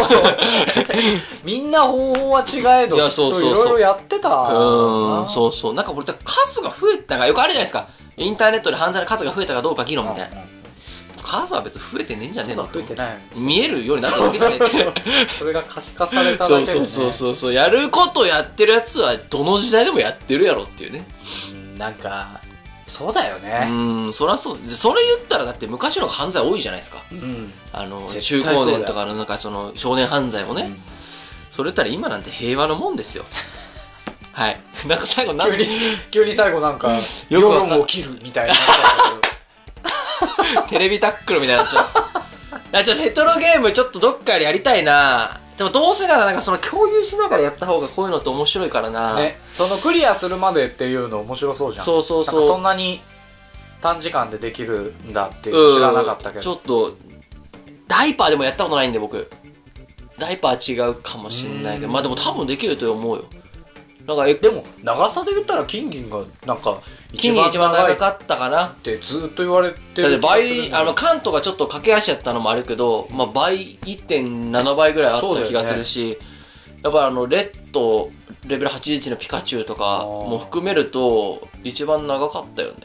[SPEAKER 1] みんな方法は違えど
[SPEAKER 2] い
[SPEAKER 1] き
[SPEAKER 2] や
[SPEAKER 1] っ
[SPEAKER 2] そう
[SPEAKER 1] と
[SPEAKER 2] そう
[SPEAKER 1] い
[SPEAKER 2] そう
[SPEAKER 1] ろいろやってた
[SPEAKER 2] うーん、
[SPEAKER 1] う
[SPEAKER 2] そうそう。なんか俺、数が増えたが、よくあるじゃないですか。インターネットで犯罪の数が増えたかどうか議論みたいな。数は別に増えてねえんじゃねえの
[SPEAKER 1] といてないよね
[SPEAKER 2] 見えるようになったわけじゃねえって。
[SPEAKER 1] それが可視化されただ
[SPEAKER 2] そ
[SPEAKER 1] け
[SPEAKER 2] う
[SPEAKER 1] で、ね、
[SPEAKER 2] そうそうそうそう。やることやってるやつは、どの時代でもやってるやろっていうね。
[SPEAKER 1] うんなんかそうだよ
[SPEAKER 2] う
[SPEAKER 1] ね
[SPEAKER 2] ーん、そりゃそう。で、それ言ったらだって昔の方が犯罪多いじゃないですか。
[SPEAKER 1] うん
[SPEAKER 2] あの、中
[SPEAKER 1] 絶対そうだよ
[SPEAKER 2] 高年とかのなんかその少年犯罪もね。
[SPEAKER 1] うん
[SPEAKER 2] それ言ったら今なんて平和のも んですよ。はい。なんか最後なん
[SPEAKER 1] 急に急に最後なんか世
[SPEAKER 2] よくわかん
[SPEAKER 1] 論を切るみたいな
[SPEAKER 2] テレビタックルみたいに なっちゃう。あちょっとレトロゲームちょっとどっかでやりたいなでもどうせならなんかその共有しながらやった方がこういうのって面白いからな、
[SPEAKER 1] ねそのクリアするまでっていうの面白そうじゃん
[SPEAKER 2] そうそうそう
[SPEAKER 1] なんかそんなに短時間でできるんだって知らなかったけ
[SPEAKER 2] ちょ
[SPEAKER 1] ど
[SPEAKER 2] っと、ダイパーでもやったことないんで僕。ダイパー違うかもしんない
[SPEAKER 1] う
[SPEAKER 2] けど、
[SPEAKER 1] ん
[SPEAKER 2] まあでも多分できると思うよ。なんか、え
[SPEAKER 1] でも長さで言ったら金銀がなんか一
[SPEAKER 2] 金に
[SPEAKER 1] 番
[SPEAKER 2] 一番
[SPEAKER 1] 長い
[SPEAKER 2] 長
[SPEAKER 1] っ
[SPEAKER 2] かったかな。
[SPEAKER 1] てずっと言われて
[SPEAKER 2] だって
[SPEAKER 1] る気がする
[SPEAKER 2] 倍、あの、関東がちょっと駆け足やったのもあるけど、まあ倍、1.7倍ぐらいあった気がするし、やっぱあの、レッド、レベル81のピカチュウとか
[SPEAKER 1] あー
[SPEAKER 2] も含めると、一番長かったよね。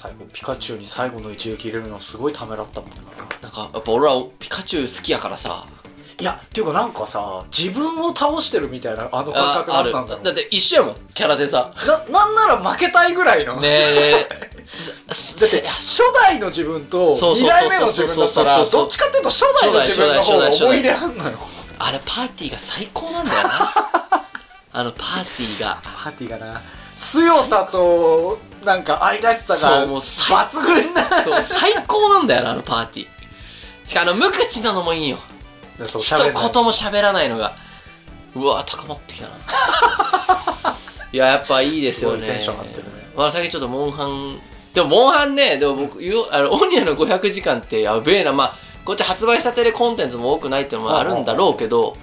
[SPEAKER 1] 最後ピカチュウに最後の一撃入れるのすごいためらったもんな
[SPEAKER 2] なんか、やっぱ俺はピカチュウ好きやからさ、
[SPEAKER 1] いやっていうかなんかさ自分を倒してるみたいなあの感
[SPEAKER 2] あ
[SPEAKER 1] 覚
[SPEAKER 2] あ
[SPEAKER 1] なん
[SPEAKER 2] る。
[SPEAKER 1] なんだろう
[SPEAKER 2] だって一緒やもん、キャラでさ。
[SPEAKER 1] ななんなら負けたいぐらいの、
[SPEAKER 2] ねえ。
[SPEAKER 1] だって初代の自分と
[SPEAKER 2] そうそ
[SPEAKER 1] 2
[SPEAKER 2] うそうそう
[SPEAKER 1] 代目の自分だった
[SPEAKER 2] そ
[SPEAKER 1] ら
[SPEAKER 2] うそうそう
[SPEAKER 1] どっちかっていうと初代の自分の方が思い入れあんのよ
[SPEAKER 2] あれパーティーが最高なん だよな。あのパーティーが。
[SPEAKER 1] パーティーがな強さとなんか愛らしさ
[SPEAKER 2] そ
[SPEAKER 1] が
[SPEAKER 2] うもう最
[SPEAKER 1] 抜群な
[SPEAKER 2] そう、最高なんだよな、あのパーティー。しかもあの、無口なのもいいよ。
[SPEAKER 1] そう
[SPEAKER 2] 一言も喋らないのが。うわ高まってきた な。いや、やっぱいいですよ
[SPEAKER 1] すご
[SPEAKER 2] ね。
[SPEAKER 1] いテンション上がってるね
[SPEAKER 2] まあ、最近ちょっとモンハン、でもモンハンね、でも僕、ゆあの、オニアの500時間ってやべえな。まあ、こうやって発売したてでコンテンツも多くないってのもあるんだろうけど、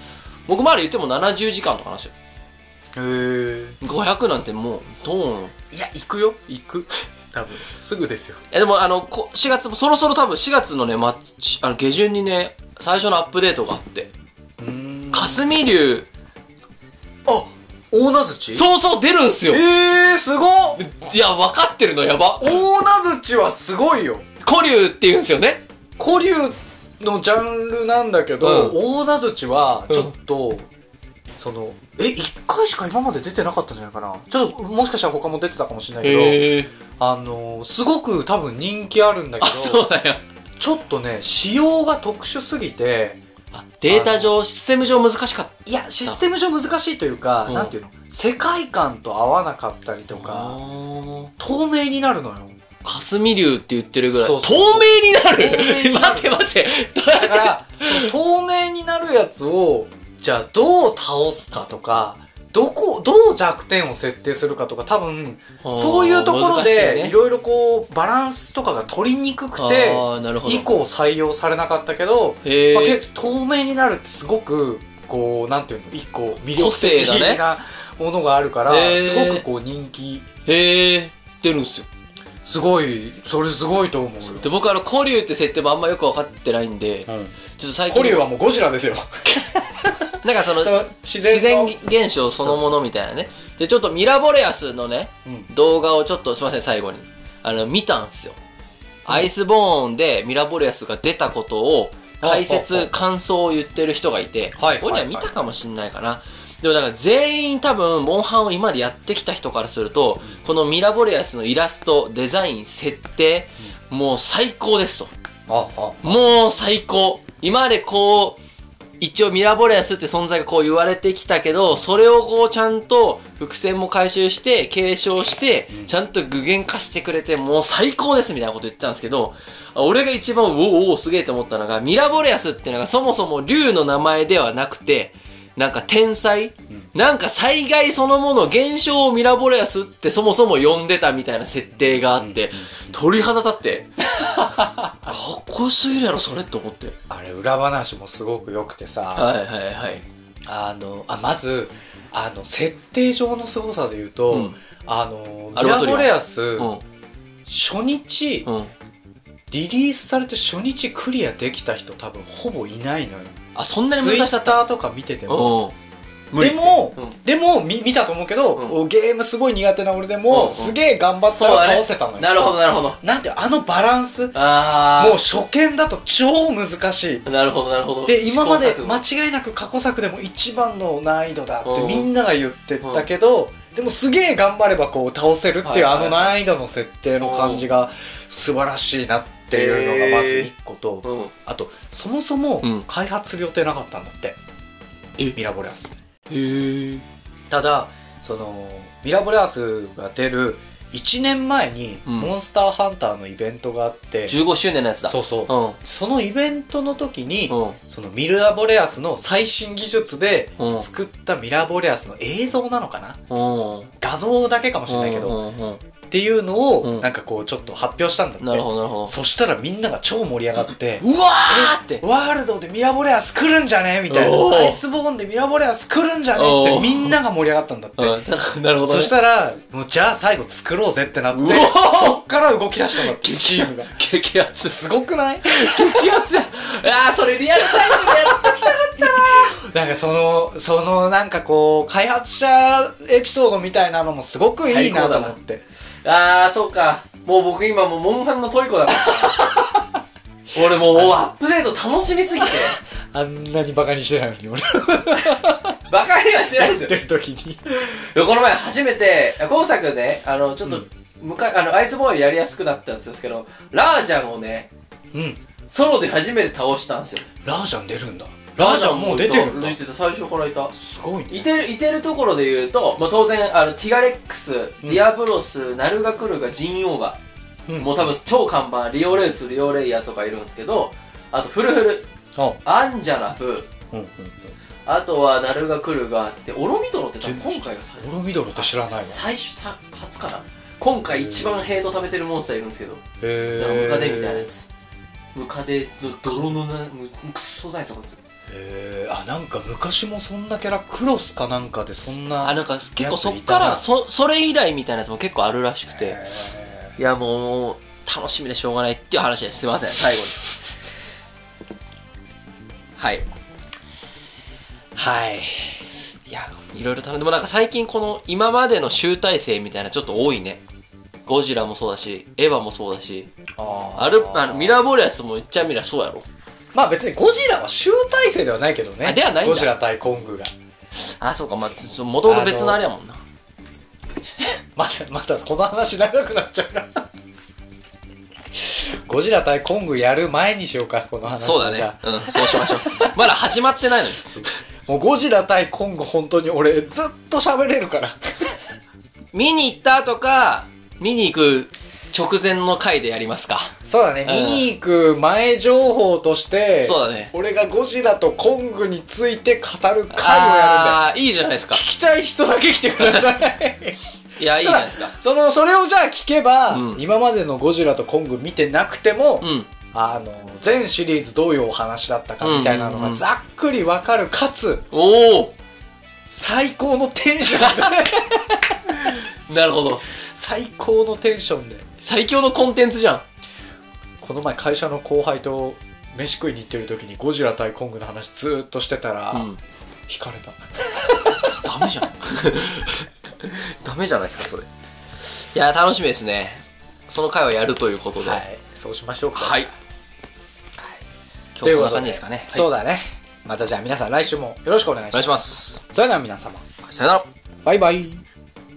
[SPEAKER 2] 僕まだ言っても70時間とかなんですよ。
[SPEAKER 1] へえ
[SPEAKER 2] 500なんてもう、ドーン。
[SPEAKER 1] いや行くよ行く多分すぐですよ
[SPEAKER 2] えでもあのこ4月もそろそろ多分4月のね、ま、しあの下旬にね最初のアップデートがあって
[SPEAKER 1] うーん
[SPEAKER 2] 霞竜
[SPEAKER 1] あ大名槌う
[SPEAKER 2] そうそう出るんすよ
[SPEAKER 1] えー、すごっ
[SPEAKER 2] いや分かってるのやば
[SPEAKER 1] 大名槌はすごいよ
[SPEAKER 2] 古竜って言うんすよね
[SPEAKER 1] 古流のジャンルなんだけど、
[SPEAKER 2] う
[SPEAKER 1] 大名槌はちょっと、そのえ一1回しか今まで出てなかったんじゃないかなちょっともしかしたら他も出てたかもしれないけど
[SPEAKER 2] へえ
[SPEAKER 1] あのすごく多分人気あるんだけ
[SPEAKER 2] あ
[SPEAKER 1] ど
[SPEAKER 2] そうだよ
[SPEAKER 1] ちょっとね仕様が特殊すぎて
[SPEAKER 2] あデータ上システム上難しかっ
[SPEAKER 1] いやシステム上難しいというか、
[SPEAKER 2] うん
[SPEAKER 1] なんていうの世界観と合わなかったりと
[SPEAKER 2] た
[SPEAKER 1] か
[SPEAKER 2] か
[SPEAKER 1] 透明になるのよ
[SPEAKER 2] 霞竜って言ってるぐらい
[SPEAKER 1] そうそう
[SPEAKER 2] 透明に なる
[SPEAKER 1] 透明になる
[SPEAKER 2] 待って待ってどうやっ
[SPEAKER 1] だ
[SPEAKER 2] て
[SPEAKER 1] から、その透明になるやつを、じゃあどう倒すかとか、どこ、どう弱点を設定するかとか、多分、
[SPEAKER 2] あー
[SPEAKER 1] そういうところ
[SPEAKER 2] 難しい
[SPEAKER 1] で、
[SPEAKER 2] ね
[SPEAKER 1] いろいろこう、バランスとかが取りにくくて、
[SPEAKER 2] あーなるほど
[SPEAKER 1] 以降採用されなかったけど、
[SPEAKER 2] へえ、
[SPEAKER 1] まあけ透明になるってすごく、こう、なんていうの、一個魅
[SPEAKER 2] 個
[SPEAKER 1] 力
[SPEAKER 2] 性
[SPEAKER 1] 的
[SPEAKER 2] だね
[SPEAKER 1] なものがあるから、
[SPEAKER 2] へー
[SPEAKER 1] すごくこう人気、
[SPEAKER 2] へえ出るんすよ
[SPEAKER 1] すごい、それすごいと思うよ。
[SPEAKER 2] で僕あの古竜って設定もあんまよく分かってないんで、ちょっと最
[SPEAKER 1] コ
[SPEAKER 2] 近
[SPEAKER 1] リュウはもうゴジラですよ。
[SPEAKER 2] なんかその
[SPEAKER 1] その 自然
[SPEAKER 2] 自然
[SPEAKER 1] の
[SPEAKER 2] 現象そのものみたいなねでちょっとミラボレアスのね
[SPEAKER 1] うん
[SPEAKER 2] 動画をちょっとすいません最後にあの見たんすよアイスボーンでミラボレアスが出たことを解
[SPEAKER 1] あああ
[SPEAKER 2] 説
[SPEAKER 1] あ
[SPEAKER 2] 感想を言ってる人がいて
[SPEAKER 1] はい
[SPEAKER 2] 俺には見たかもしんないかなでもなんか全員多分モンハンを今までやってきた人からするとこのミラボレアスのイラストデザイン設定もう最高ですと
[SPEAKER 1] あ、あ、
[SPEAKER 2] もう最高。今までこう、一応ミラボレアスって存在がこう言われてきたけど、それをこうちゃんと伏線も回収して、継承して、ちゃんと具現化してくれて、もう最高ですみたいなこと言ってたんですけど、俺が一番、おおおおすげえと思ったのが、ミラボレアスってのがそもそも竜の名前ではなくて、なんか天才、なんか災害そのもの、現象をミラボレアスってそもそも呼んでたみたいな設定があって、鳥肌立って、かっこよすぎるやろ、それって思って。
[SPEAKER 1] あれ裏話もすごく良くてさ、
[SPEAKER 2] はいはいはい。
[SPEAKER 1] あの、あ、まず、あの設定上の凄さで言うと、
[SPEAKER 2] うん
[SPEAKER 1] あの
[SPEAKER 2] ア
[SPEAKER 1] ミ
[SPEAKER 2] ル
[SPEAKER 1] ラ
[SPEAKER 2] バトリオ
[SPEAKER 1] ボレアス、
[SPEAKER 2] うん
[SPEAKER 1] 初日、
[SPEAKER 2] うん
[SPEAKER 1] リリースされて初日クリアできた人多分ほぼいないのよ
[SPEAKER 2] あそんなに
[SPEAKER 1] ツイ
[SPEAKER 2] 難
[SPEAKER 1] ッ
[SPEAKER 2] しかった
[SPEAKER 1] ターとか見てても、
[SPEAKER 2] うん無理
[SPEAKER 1] でも、
[SPEAKER 2] うん
[SPEAKER 1] でも見見たと思うけど、
[SPEAKER 2] うん
[SPEAKER 1] おゲームすごい苦手な俺で
[SPEAKER 2] う
[SPEAKER 1] も、
[SPEAKER 2] んうん
[SPEAKER 1] すげえ頑張った
[SPEAKER 2] そう
[SPEAKER 1] ら
[SPEAKER 2] だね
[SPEAKER 1] 倒せたのよ、
[SPEAKER 2] なるほどなるほど
[SPEAKER 1] なんてあのバランスもう
[SPEAKER 2] ああ
[SPEAKER 1] 初見だと超難しい
[SPEAKER 2] なるほどなるほど
[SPEAKER 1] で今ま
[SPEAKER 2] 試
[SPEAKER 1] で
[SPEAKER 2] 行錯誤
[SPEAKER 1] 間違いなく過去作でも一番の難易度だって
[SPEAKER 2] うん
[SPEAKER 1] みんなが言ってたけど、でもすげえ頑張ればこう倒せるっていう
[SPEAKER 2] は
[SPEAKER 1] あ
[SPEAKER 2] いはい
[SPEAKER 1] の難易度の設定の感じが素晴らしいなっていうのがまず1個と、
[SPEAKER 2] うん
[SPEAKER 1] あとそもそも
[SPEAKER 2] うん
[SPEAKER 1] 開発する予定なかったんだって、
[SPEAKER 2] え
[SPEAKER 1] ミラボレアス
[SPEAKER 2] へえ
[SPEAKER 1] ただそのミラボレアスが出る1年前に
[SPEAKER 2] うん
[SPEAKER 1] モンスターハンターのイベントがあって、
[SPEAKER 2] 15周年のやつだ
[SPEAKER 1] そうそう、
[SPEAKER 2] うん
[SPEAKER 1] そのイベントの時に、
[SPEAKER 2] うん
[SPEAKER 1] そのミラボレアスの最新技術で
[SPEAKER 2] うん
[SPEAKER 1] 作ったミラボレアスの映像なのかな
[SPEAKER 2] うん
[SPEAKER 1] 画像だけかもしれないけど、
[SPEAKER 2] うんうん
[SPEAKER 1] っていうの
[SPEAKER 2] う
[SPEAKER 1] を
[SPEAKER 2] ん
[SPEAKER 1] なんかこうちょっと発表したんだっ
[SPEAKER 2] う
[SPEAKER 1] て、
[SPEAKER 2] んなるほどなるほど
[SPEAKER 1] そしたらみんなが超盛り上がって、
[SPEAKER 2] うわーって
[SPEAKER 1] ワールドでミラボレアス来るんじゃねみたい
[SPEAKER 2] おー
[SPEAKER 1] なアイスボーンでミラボレアス来るんじゃねっ
[SPEAKER 2] お
[SPEAKER 1] て
[SPEAKER 2] ー
[SPEAKER 1] みんなが盛り上がったんだって、
[SPEAKER 2] うんだからなるほどね
[SPEAKER 1] そしたらもうじゃあ最後作ろうぜってなって
[SPEAKER 2] うおー
[SPEAKER 1] そっから動き出した んだってチームが
[SPEAKER 2] 激アツ
[SPEAKER 1] すごくない
[SPEAKER 2] 激アツやあーそれリアルタイムでやっ
[SPEAKER 1] なんかそのそのなんかこう開発者エピソードみたいなのもすごくいいなと思って
[SPEAKER 2] ああそうかもう僕今もうモンハンのトリコだから 俺もうアップデート楽しみすぎて
[SPEAKER 1] あんなにバカにしてないのに俺が
[SPEAKER 2] バカにはしてないです
[SPEAKER 1] や
[SPEAKER 2] よ
[SPEAKER 1] ってる時 に
[SPEAKER 2] いやこの前初めて今作ねあのちょっと、
[SPEAKER 1] うん
[SPEAKER 2] 昔あのアイスボールやりやすくなったんですけどラージャンをね
[SPEAKER 1] うん
[SPEAKER 2] ソロで初めて倒したんですよ
[SPEAKER 1] ラージャン出るんだラージャンもう出てるんだ
[SPEAKER 2] 出てた最初からいた
[SPEAKER 1] すごいね
[SPEAKER 2] いてるいてるところで言うと、まあ、当然あのティガレックス、ディアブロスナルガクルガジンオーガ
[SPEAKER 1] うん
[SPEAKER 2] もう多分超看板リオレースリオレイヤーとかいるんですけどあとフルフル
[SPEAKER 1] あ
[SPEAKER 2] アンジャラフ
[SPEAKER 1] うんうん
[SPEAKER 2] あとはナルガクルガってオロミドロって多分今回が最
[SPEAKER 1] オロミドロって知ら ないわへ
[SPEAKER 2] 最初さ初かな今回一番ヘイト食べてるモンスターいるんですけど
[SPEAKER 1] え
[SPEAKER 2] ムカデみたいなやつムカデの泥のなむくっそざいさこいつ
[SPEAKER 1] へえあなんか昔もそんなキャラクロスかなんかでそんな
[SPEAKER 2] あなんか結構そっからそそれ以来みたいなやつも結構あるらしくて
[SPEAKER 1] へえ
[SPEAKER 2] いやもう楽しみでしょうがないっていう話ですすいません最後にはいはいいやいろいろ頼んでもなんか最近この今までの集大成みたいなちょっと多いねゴジラもそうだしエヴァもそうだし
[SPEAKER 1] あー
[SPEAKER 2] アルあのミラーボレアスも言っちゃミラそうやろ
[SPEAKER 1] まあ別にゴジラは集大成ではないけどね
[SPEAKER 2] あではないんだ
[SPEAKER 1] ゴジラ対コングが
[SPEAKER 2] あそうかまあもともと別のあれやもんな
[SPEAKER 1] またまたこの話長くなっちゃうなゴジラ対コングやる前にしようかこの話
[SPEAKER 2] そうだ
[SPEAKER 1] じゃ
[SPEAKER 2] ね
[SPEAKER 1] あ
[SPEAKER 2] うんそうしましょう まだ始まってないのに
[SPEAKER 1] もうゴジラ対コング本当に俺ずっと喋れるから
[SPEAKER 2] 見に行ったとか見に行く直前の回でやりますか
[SPEAKER 1] そうだね、
[SPEAKER 2] うん
[SPEAKER 1] 見に行く前情報として、
[SPEAKER 2] そうだね
[SPEAKER 1] 俺がゴジラとコングについて語る回をやるんだよ。
[SPEAKER 2] ああーいいじゃないですか
[SPEAKER 1] 聞きたい人だけ来てください。
[SPEAKER 2] いやいいじゃないですか
[SPEAKER 1] その、それをじゃあ聞けば、
[SPEAKER 2] うん
[SPEAKER 1] 今までのゴジラとコング見てなくても、
[SPEAKER 2] うん
[SPEAKER 1] あの、全シリーズどういうお話だったかみたいなの
[SPEAKER 2] うんうんう
[SPEAKER 1] が
[SPEAKER 2] ん
[SPEAKER 1] ざっくりわかる、かつ、
[SPEAKER 2] おお
[SPEAKER 1] 最高のテンションで、
[SPEAKER 2] なるほど
[SPEAKER 1] 最高のテンションで。
[SPEAKER 2] 最強のコンテンツじゃん
[SPEAKER 1] この前会社の後輩と飯食いに行ってる時にゴジラ対コングの話ずーっとしてたら、
[SPEAKER 2] うん
[SPEAKER 1] 惹かれた。
[SPEAKER 2] ダメじゃん ダメじゃないですかそれいや楽しみですねその回をやるということで
[SPEAKER 1] は、
[SPEAKER 2] はい
[SPEAKER 1] そうしましょうか。
[SPEAKER 2] はい
[SPEAKER 1] と
[SPEAKER 2] 今日
[SPEAKER 1] い
[SPEAKER 2] こ
[SPEAKER 1] うんこ
[SPEAKER 2] な
[SPEAKER 1] と
[SPEAKER 2] 感じですかね
[SPEAKER 1] そう
[SPEAKER 2] はい
[SPEAKER 1] だね。またじゃあ皆さん来週もよろしくお願い
[SPEAKER 2] お
[SPEAKER 1] しま
[SPEAKER 2] 願い
[SPEAKER 1] す。
[SPEAKER 2] します
[SPEAKER 1] それでは皆様、
[SPEAKER 2] さよなら
[SPEAKER 1] バイバイ。